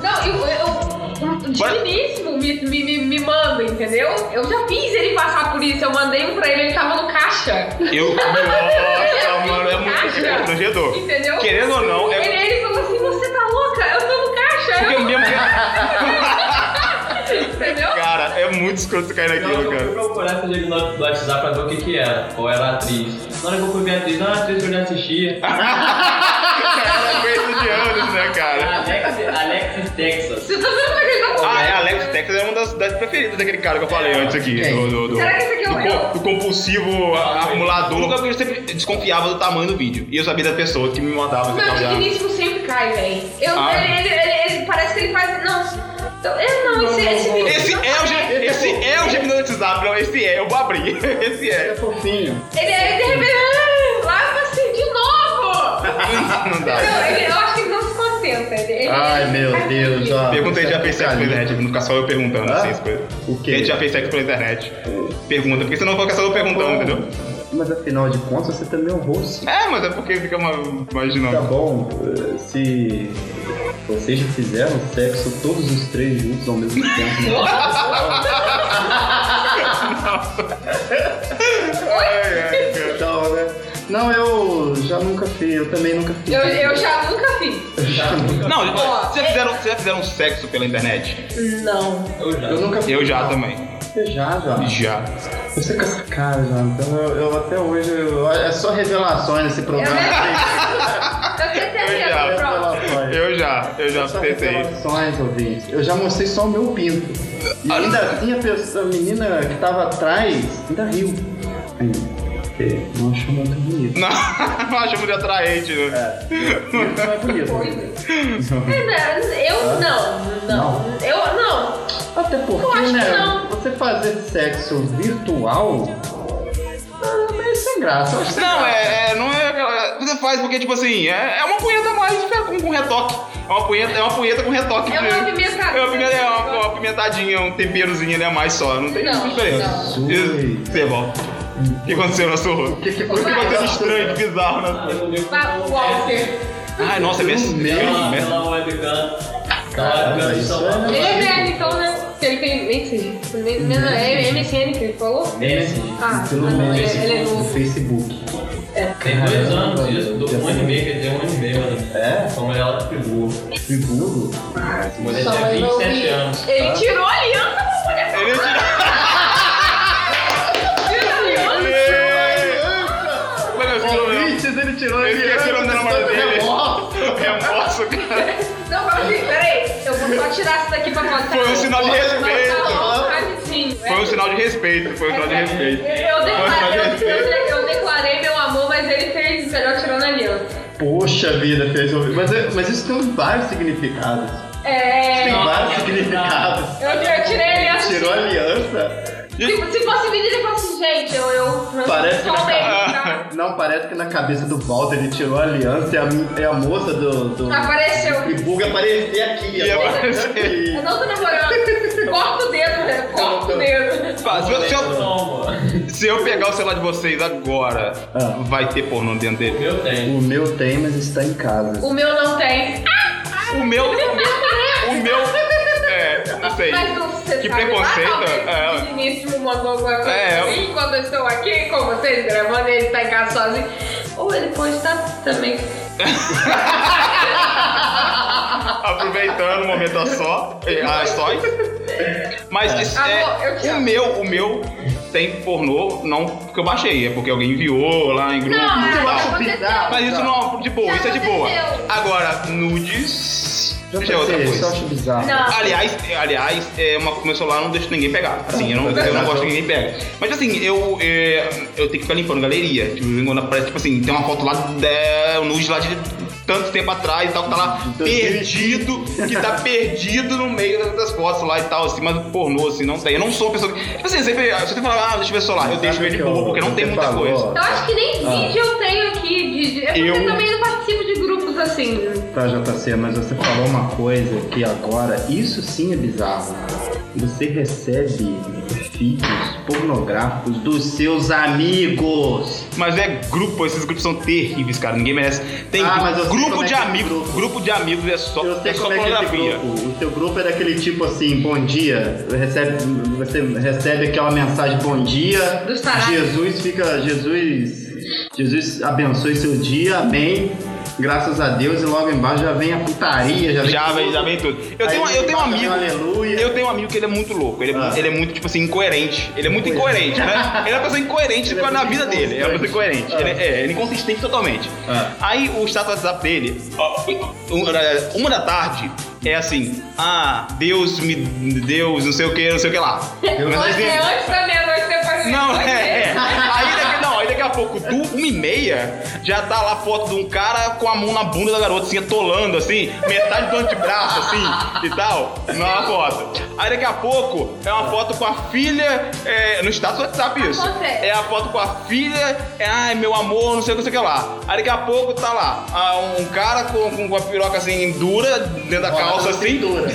C: Não, eu... eu um digníssimo me, me, me, me manda, entendeu? Eu já fiz ele passar por isso. Eu mandei um pra ele, ele tava no caixa.
A: Eu. Nossa, mano, é muito
C: Caixa.
A: constrangedor.
C: Entendeu?
A: Querendo ou não,
C: Ele,
A: é.
C: ele falou assim, você tá louca? Eu tô no caixa.
A: Porque
C: Eu...
A: mesmo
C: Entendeu?
A: Cara, é muito escroto você cair naquilo,
D: Eu fui
A: cara.
D: procurar essa legenda do WhatsApp pra ver o que que era, qual era a atriz. Na hora que eu fui ver a atriz, não era a atriz que eu já assistia.
A: Cara, coisa de anos, né, cara?
D: Alex, Alexis Texas.
C: Você tá vendo como é que ele tá falando?
A: Ah, é, Alex Texas é uma das, das preferidas daquele cara que eu falei antes aqui. Do, do, do,
C: Será que esse aqui é o
A: do
C: meu?
A: co- do compulsivo a- acumulador. Ah, Nunca porque eu sempre desconfiava do tamanho do vídeo. E eu sabia da pessoa que me mandava
C: Meu
A: já.
C: digníssimo sempre cai, velho. Eu,
A: é. Ah.
C: ele, ele, ele, ele- parece que ele faz. Não. Então, eu não, esse, esse menino.
A: Esse
C: não
A: é o
C: parece.
A: Ge- esse é o Gemini do WhatsApp, não, esse é, eu vou abrir. Esse é.
B: É fofinho.
C: Ele é de repente. ah, Lá você de novo!
A: Ah, Não dá.
C: Não, ele, eu acho que ele não se contenta. Ele, ele-
B: Tá.
C: tá
B: Ai meu
C: Ai,
B: Deus, ó.
A: Pergunta aí, já fez sexo pela internet, não ficar só eu perguntando
B: Ah?
A: assim as coisas.
B: O
A: A gente
B: quê?
A: já fez sexo pela internet. Pergunta, porque senão fica só eu perguntando, Então, entendeu?
B: Mas afinal de contas, você também é um rosto.
A: É, mas é porque fica uma.
B: Tá
A: Imaginando.
B: bom, eh, se vocês já fizeram sexo todos os três juntos ao mesmo tempo. né?
A: Ai, ai, cara.
B: Então, né? Não, eu já nunca fiz, eu também nunca fiz.
C: Eu, eu já nunca fiz.
A: Não,
C: Ó, é-
A: vocês já, fizeram, vocês já fizeram sexo pela internet?
C: Não.
D: Eu já.
B: Eu nunca fiz.
A: Eu já
B: não.
A: também.
B: Você já, já.
A: Já.
B: Eu sei com essa cara, já. Então eu, eu até hoje. eu- é só revelações nesse programa. É
C: Eu tenho
A: já.
C: certeza, É pronto.
B: Revelações.
A: Eu já, eu já
B: Só
A: pensei.
B: revelações, ouvintes. Eu já mostrei só o meu pinto. E ainda assim a, pessoa, a menina que tava atrás ainda riu. Aí, porque Não achou muito bonito.
A: Não, não acho muito atraente, né?
B: Não é bonito.
C: É, né, Eu não, não. Eu não.
B: Até porque,
C: Eu acho que
B: né?
C: não.
B: Você fazer sexo virtual é meio sem graça. Eu acho sem
A: Não,
B: graça.
A: é, é, não é aquela. Você faz porque, tipo assim, é, é uma punheta a mais fica com, com retoque. É uma punheta, é uma punheta com retoque.
C: É uma
A: né?
C: apimentada.
A: É uma, pime- é uma- uma apimentadinha, um temperozinho ali a mais só. Não tem
C: Não,
A: diferença.
C: não.
A: Isso- Você volta. O que aconteceu na sua rosto? O
B: que- que-
A: aconteceu de estranho, de bizarro na
D: né?
A: sua
C: Vai, Walter.
A: Ai, nossa, é mesmo.
D: Pela, tá pela webcam. Pela webcam
B: Caramba,
D: de
B: isso
D: São
B: é-
D: Paulo.
C: Ele é velho, então, né? Porque ele tem. Nem sei. Nem- nem- É MSN que ele falou?
D: Tem
C: Ah,
B: Pelo
C: ah, não,
B: menos
C: ele, ele é
B: no
C: novo. É.
B: Facebook.
D: tem dois
B: Caramba,
D: anos isso, do
B: já
D: um ano e
B: tem.
D: meio, quer dizer, um ano e meio, mano.
B: É?
D: A mulher ela pegou.
B: Friburgo?
D: A mulher
C: Só
D: tinha
C: mais novo.
D: 27 anos.
C: Ele tirou a aliança pra mulher.
A: Ele é de- é É um respeito, foi um troço um de respeito.
C: né? Eu
A: Foi um troço de
C: declarei, eu,
A: respeito.
C: eu- eu declarei meu amor, mas ele fez melhor tirando a aliança.
B: Poxa vida, fez ouvir. Mas, é- mas isso tem vários significados.
C: É.
B: Tem vários
C: Eu,
B: significados.
C: eu tirei a aliança.
B: Tirou a
C: sim.
B: aliança.
C: Se, se fosse menina, eu falasse, assim, gente, eu. um eu
B: Parece que, na...
C: Tomei, tá?
B: ca- não, parece que na cabeça do Walter ele tirou a aliança e a, e a moça do, do.
A: tá."
C: Apareceu.
B: E Bug aparecer aqui.
A: E
B: agora.
A: aparecer.
C: Eu não tô namorando. Corta o dedo, né? Corta o dedo.
A: Pá, se eu- se
C: é.
A: eu-
D: Toma.
A: Se eu pegar o celular de vocês agora,
B: Ah.
A: vai ter pornô dentro dele?
D: Eu tenho.
B: O meu tem, mas está em casa.
C: O meu não tem.
A: O meu. O meu. É, não sei.
C: Mas você
A: Que
C: sabe
A: preconceito, é.
C: Lá, o Vinícius me mandou alguma coisa
A: É.
C: assim, quando eu estou aqui com vocês gravando, ele tá em casa sozinho. Ou ele pode estar também.
A: Aproveitando o momento a só. é, A sós. Mas isso
C: Amor, eu te
A: é. O
C: amo.
A: meu, o meu tem pornô, não porque eu baixei, é porque alguém enviou lá em grupo Então,
C: Não,
A: e
C: é,
A: tal.
C: aconteceu.
A: Mas isso não, de boa,
C: Já
A: isso é de boa.
C: aconteceu.
A: Agora, nudes.
B: Já
A: Já é outra
B: pensei, só
A: coisa.
B: acho bizarro.
C: Não.
A: Aliás, é, aliás, é uma, meu celular eu não deixa ninguém pegar. Assim, eu não,
B: Ah,
A: eu
B: tá.
A: não gosto que ninguém pega. Mas assim, eu, é, eu tenho que ficar limpando galeria. Tipo, quando aparece, tipo assim, tem uma foto lá, de, um nude lá de tanto tempo atrás e tal, que tá lá perdido, que tá perdido no meio das, das fotos lá e tal, assim, mas pornô, assim, não tem. Eu não sou uma pessoa que. Tipo assim, sempre, se você falar, ah, deixa eu ver o celular, eu deixo ver de boa, porque não tem muita coisa.
C: Eu acho que nem vídeo eu tenho aqui. De, de, é porque
A: Ah. Eu-
C: eu também não participo de grupos assim.
B: Tá, JC, mas você falou uma coisa que agora, isso sim é bizarro. Você recebe vídeos pornográficos dos seus amigos.
A: Mas é grupo, esses grupos são terríveis, cara. Ninguém merece. Tem
B: Ah, mas eu sei como
A: grupo
B: é
A: de
B: que é
A: amigos.
B: grupo.
A: Grupo. de amigos é só,
B: Eu sei
A: é só
B: como é que é esse
A: pornografia.
B: grupo. O seu grupo é daquele tipo assim, bom dia. Recebe, você recebe aquela mensagem, bom dia.
C: Dos tarados.
B: Jesus fica, Jesus, Jesus abençoe seu dia, amém. Graças a Deus e logo embaixo já vem a putaria, já vem
A: Já vem,
B: tudo.
A: já vem tudo. Eu
B: Aí
A: tenho, eu tenho um
B: embaixo
A: amigo.
B: vem um aleluia.
A: Eu tenho um amigo que ele é muito louco. Ele é,
B: Ah.
A: ele é muito, tipo assim, incoerente. Ele é muito incoerente, né? Ele é uma pessoa incoerente
B: Ele é
A: com- na
B: muito
A: vida dele. Ele é uma pessoa
B: inconstante.
A: incoerente. Ele é, ele é inconsistente totalmente.
B: Ah.
A: Aí o status do WhatsApp dele, ó, uma da- uma da tarde, é assim: Ah, Deus me. Deus, não sei o que, não sei o que lá. Mas
C: Você
A: assim,
C: é antes da meia-noite você faz
A: Não,
C: meia-noite.
A: é. é. Aí daqui, não, aí daqui a pouco, tu, uma e meia, já tá lá a foto de um cara com a mão na bunda da garota, assim, atolando, assim, metade do antebraço, assim, e tal, na foto. Aí daqui a pouco, é uma foto com a filha, é, no status do WhatsApp isso.
C: Acontece.
A: É a foto com a filha, é, ai, meu amor, não sei o que, não sei o que lá. Aí daqui a pouco tá lá, ah, um cara com, com a piroca, assim, dura, dentro da
B: Olha,
A: calça,
B: na
A: assim,
B: cintura.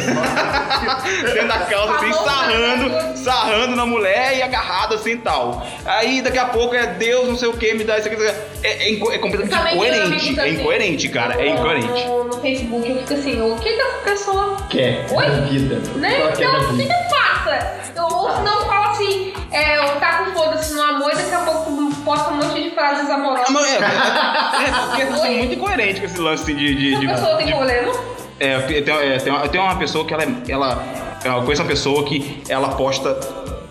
A: dentro da calça, assim, sarrando, sarrando na mulher e agarrado assim e tal. Aí daqui a pouco é Deus, não sei o que, me dá isso aqui. isso aqui. É, é inco- é completamente
C: Também tem amigos
A: incoerente. É
C: assim.
A: incoerente, cara. É
C: No-
A: incoerente.
C: No, no Facebook eu fico assim, o que que essa pessoa
B: Quer
C: Oi?
B: da vida.
C: Né?
B: Só quer da
C: Então, o que que
B: vida. Tá.
C: eu faço? Eu, ou se não, eu falo assim, é, eu taco foda-se no amor e daqui a pouco posto um monte de frases
A: Ah,
C: amorosas.
A: mas é, é, porque eu sou
C: Oi?
A: muito incoerente com esse lance assim, de. de,
C: Essa
A: de-
C: pessoa
B: Tá.
C: tem
A: de-
C: problema?
A: é, tem- é, tem uma- eu tenho uma pessoa que ela. é- ela eu conheço uma pessoa que ela posta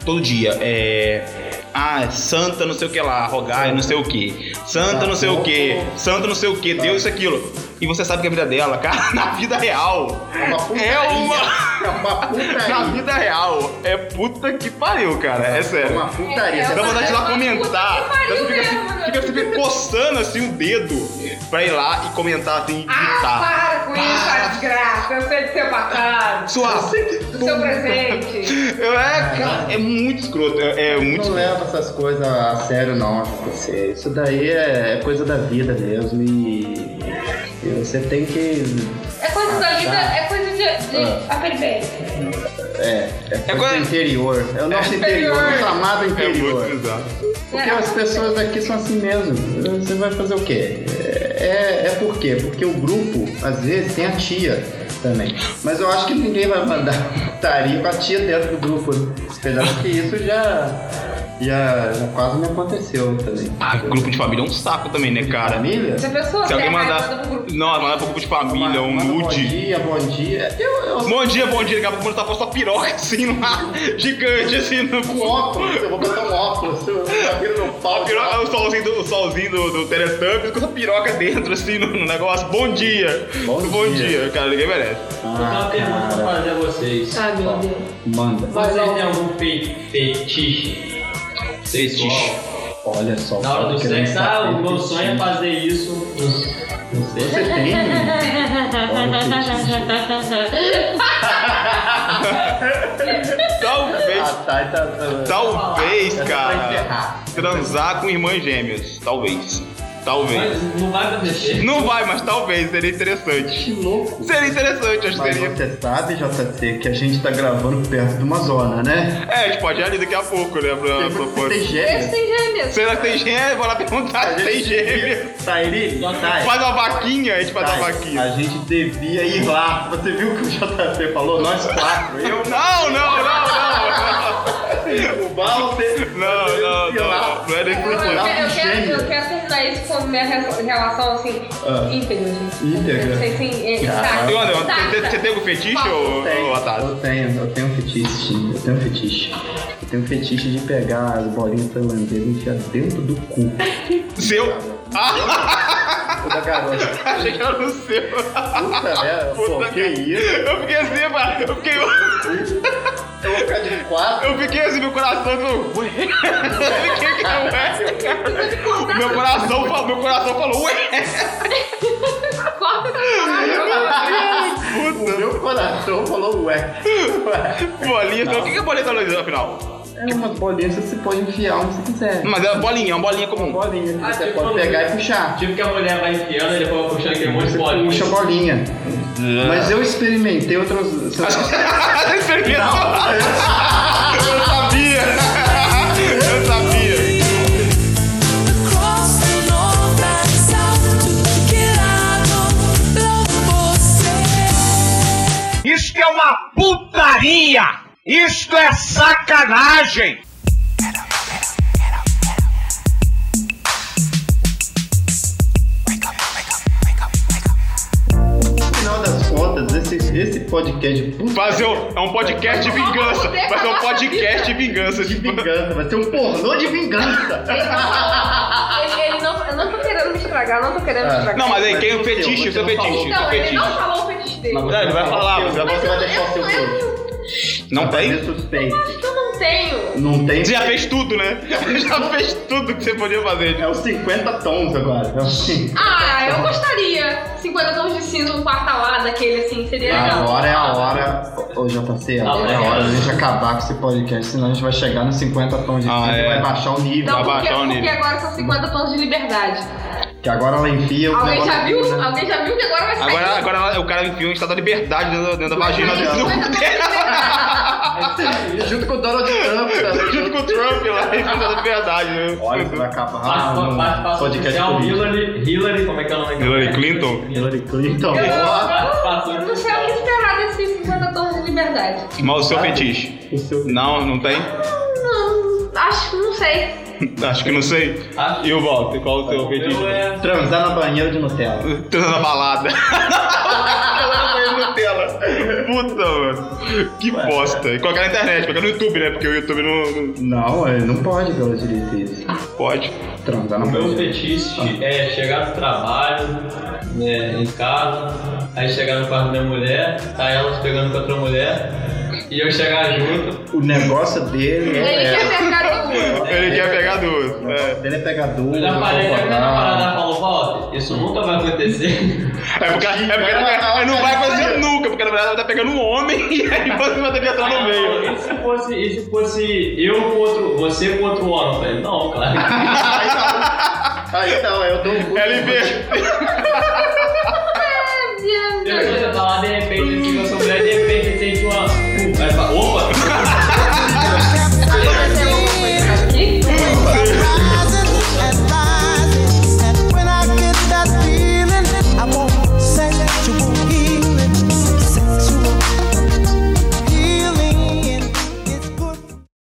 A: todo dia. É. Ah, santa não sei o que lá, rogai não sei o que. Santa não sei o que. Santa não sei o que, Deus isso e aquilo. E você sabe que a vida dela, cara, na vida real.
B: É uma putaria.
A: É uma-
B: É uma putaria.
A: Na vida real, é puta que pariu, cara. É
B: É
A: sério.
B: uma putaria.
C: É,
A: Dá vontade de ir lá
C: Puta
A: comentar.
C: que pariu
A: Então, fica,
C: mesmo,
A: assim,
C: meu
A: fica sempre coçando assim o dedo pra ir lá e comentar assim e
C: Ah,
A: gritar.
C: para com isso, a desgraça. Eu sei do seu passado,
A: Tá. Sua.
C: do seu presente.
A: É, cara, é muito escroto. É, é muito
B: Não
A: escroto.
B: leva essas coisas a sério, não. Você, isso daí é coisa da vida mesmo. E e você tem que.
C: É coisa da vida, é coisa de, né? de
B: Ah.
C: a peripécia.
B: É, é coisa
A: coisa-
B: do interior. É o nosso interior, o
C: Interior.
B: nosso amado
A: É muito
B: interior.
A: bizarro.
B: Porque as pessoas aqui são assim mesmo. Você vai fazer o quê? É, é por quê? Porque o grupo, às vezes, tem a tia também. Mas eu acho que ninguém vai mandar taria com a tia dentro do grupo. né? Apesar de que isso já, já, já quase me aconteceu também.
A: Ah, grupo de família é um saco também, né, cara?
B: Família?
C: Se a pessoa
A: Se
C: der
A: alguém
C: raiva,
A: mandar.
C: manda pro grupo.
A: Não, mandar pro grupo de família, um
B: Manda Bom
A: nude.
B: dia, bom dia. Eu, eu
A: Bom dia, bom dia. Daqui a pouco você tá com a sua piroca assim lá, gigante assim no
B: um óculos, eu vou botar um óculos. Eu cabelo no
A: Ó,
B: pau.
A: a piroca- o solzinho do, o solzinho do, do Teletubbies com essa piroca dentro, assim, no, no negócio. Bom dia!
B: Bom dia.
A: cara, ninguém merece.
D: Eu tenho uma
B: Tá.
D: pergunta pra fazer a vocês.
C: Ai, meu Deus.
B: Manda.
D: Vocês têm algum fe- fetiche? sexual.
B: Olha só.
D: Na hora do sexo, ah, o meu sonho é fazer isso. Você
B: tem?
D: Tá,
A: Talvez.
B: Tá,
A: Talvez,
D: Essa vai
A: cara.
D: encerrar.
A: Transar com irmãs gêmeas. Talvez. Talvez.
D: Mas não vai acontecer.
A: Não vai, mas talvez. Seria interessante.
B: Que louco.
A: Seria interessante, acho que
B: Mas
A: seria.
B: você sabe, JC, que a gente tá gravando perto de uma zona, né?
A: É, a gente pode ir ali daqui a pouco, né? Pra, pra, pra...
B: Tem
C: Esse é
B: gêmeos?
C: tem gêmeos.
A: Será que tem gêmeo? Vou lá perguntar se tem gêmeo.
B: Tairi? Tairi.
A: Faz uma vaquinha, a gente faz uma vaquinha.
B: A gente devia ir lá. Você viu o que o JC falou? Nós quatro. Eu,
A: Não, não, não,
B: o Walter.
A: não. Não, não, não. Não é nem por
C: Eu
A: coisa.
C: quero, eu, quero,
B: Gêmeos.
C: eu quero terminar isso com minha re- relação assim,
B: Ah.
C: íntegra, gente.
B: Íntegra? Ah,
C: Não sei se é
B: Caraca.
A: E, Wander,
C: intacta.
A: você- Você teve um fetiche ou, ou atado?
B: Eu tenho, eu tenho um fetiche, eu tenho um fetiche. Eu tenho um fetiche de pegar as bolinhas tailandesas e enfiar dentro do cu
A: Seu? Ah,
B: da garota.
A: achei que era o seu.
B: Puta merda, pô,
A: Puta
B: que
A: merda.
B: isso?
A: Eu fiquei assim, mano. Eu fiquei,
B: Eu vou ficar de quatro.
A: eu fiquei assim, meu coração. falou, Ué? Eu fiquei que ué.
C: Então,
A: Meu coração falou, meu coração falou, ué.
C: Corta essa palavra.
B: O meu coração falou ué.
A: Bolinha, então, o que que é bolinha tá lendo, afinal?
B: É umas bolinhas que você pode enfiar onde você quiser.
A: Mas é uma bolinha, é uma bolinha
B: Uma
A: comum.
B: bolinha que
D: Ah,
B: você
D: tipo
B: pode
D: quando-
B: pegar e puxar.
D: Tipo que a mulher vai enfiando e depois vai puxando aquele monte de
B: Você
D: bolinha. Ah.
B: puxa a bolinha. Mas eu experimentei outras.
A: Você experimentou? Eu sabia. Eu sabia.
E: Isto é uma putaria! Isto é sacanagem!
B: No final das contas, esse, esse podcast de puta
A: Fazer um, é um podcast de vingança. Vai ser um podcast de vingança. tipo.
B: de vingança, vai ter um pornô de vingança.
C: Ele, ele não, eu não tô querendo me estragar, eu não tô querendo me
B: Ah.
C: estragar.
A: Não, mas aí, quem é o
B: Mas você
A: fetiche? O seu
B: não
A: fetiche, o seu
C: então, ele não
A: fetiche.
C: falou o fetiche dele.
A: Não, ele vai falar, você vai
B: Mas você vai deixar o
C: eu, é.
B: seu
C: eu,
B: corpo.
C: eu,
A: Não tem?
B: Fazer suspense.
C: acho que eu não tenho.
B: Não tem.
A: Você já fez tudo, né? Já fez tudo que você podia fazer.
B: É os 50 tons agora. É os 50.
C: Ah, eu gostaria. 50 tons de cinza, um quarto lá daquele assim, seria legal.
B: Agora é a hora. Ô, ô,
A: Tá
B: JC, agora é a hora da gente acabar com esse podcast, senão a gente vai chegar nos 50 tons de
A: Ah,
B: cinza e
A: é.
B: vai baixar o nível.
A: Vai
C: Não, porque,
A: baixar o
C: porque
A: nível.
C: agora são 50 tons de liberdade.
B: Que agora ela enfia o
C: Alguém já
B: negócio
C: viu?
B: aqui, né?
C: Alguém já viu que agora vai sair.
A: Agora, agora o cara enfiou um estado da liberdade dentro, da- dentro da vagina
C: Mas
A: dele.
C: 50 tons de liberdade. ah.
B: Junto com o Donald Trump,
C: é
B: tá?
A: Junto com o Trump lá, enfiou da liberdade. né?
B: Olha, você vai acabar
D: Passa-
B: no
D: passa- passa
B: um
A: é
B: podcast
A: um
D: oficial,
B: político.
D: é Hillary, Hillary, como é que é o nome dela?
A: Hillary Clinton?
B: Hillary Clinton.
A: É.
D: Passa-
C: Eu não sei o que esperar desse 50 tons de liberdade.
A: Mas o seu fetiche?
B: O seu...
A: Não, não tem?
C: Não, acho que não sei.
A: Acho que não sei. E o Walter, qual o seu fetiche?
D: Eu é-
B: Transar na banheira de Nutella.
A: Transar na balada. Nutella. Puta, mano. Que bosta. E colocar na internet, colocar no YouTube, né? Porque o YouTube não, não
B: Não, é, não pode pela direita isso.
A: pode.
B: Transar na
D: O meu
B: banheira.
D: fetiche é chegar do trabalho, né, em casa, aí chegar no quarto da mulher, tá ela pegando com outra mulher, e eu chegar junto.
B: O negócio dele
C: Ele
B: é...
C: quer pescar duas.
A: Ele quer pegar duas. É.
B: Ele é pegador.
D: Eu já falei, até que minha namorada ela
B: confortável.
D: falou, Walter, isso nunca vai acontecer.
A: É porque, é porque ela- ela não vai fazer nunca, porque na verdade ela tá pegando um homem e aí você vai ter que entrar no
D: Aí ela falou,
A: meio.
D: E se fosse, e se fosse eu com outro, você com outro homem? Eu falei, não, claro.
B: Aí não, eu dou um
A: Ela inverteu.
C: Ai, meu Deus.
D: Depois eu falar, de repente,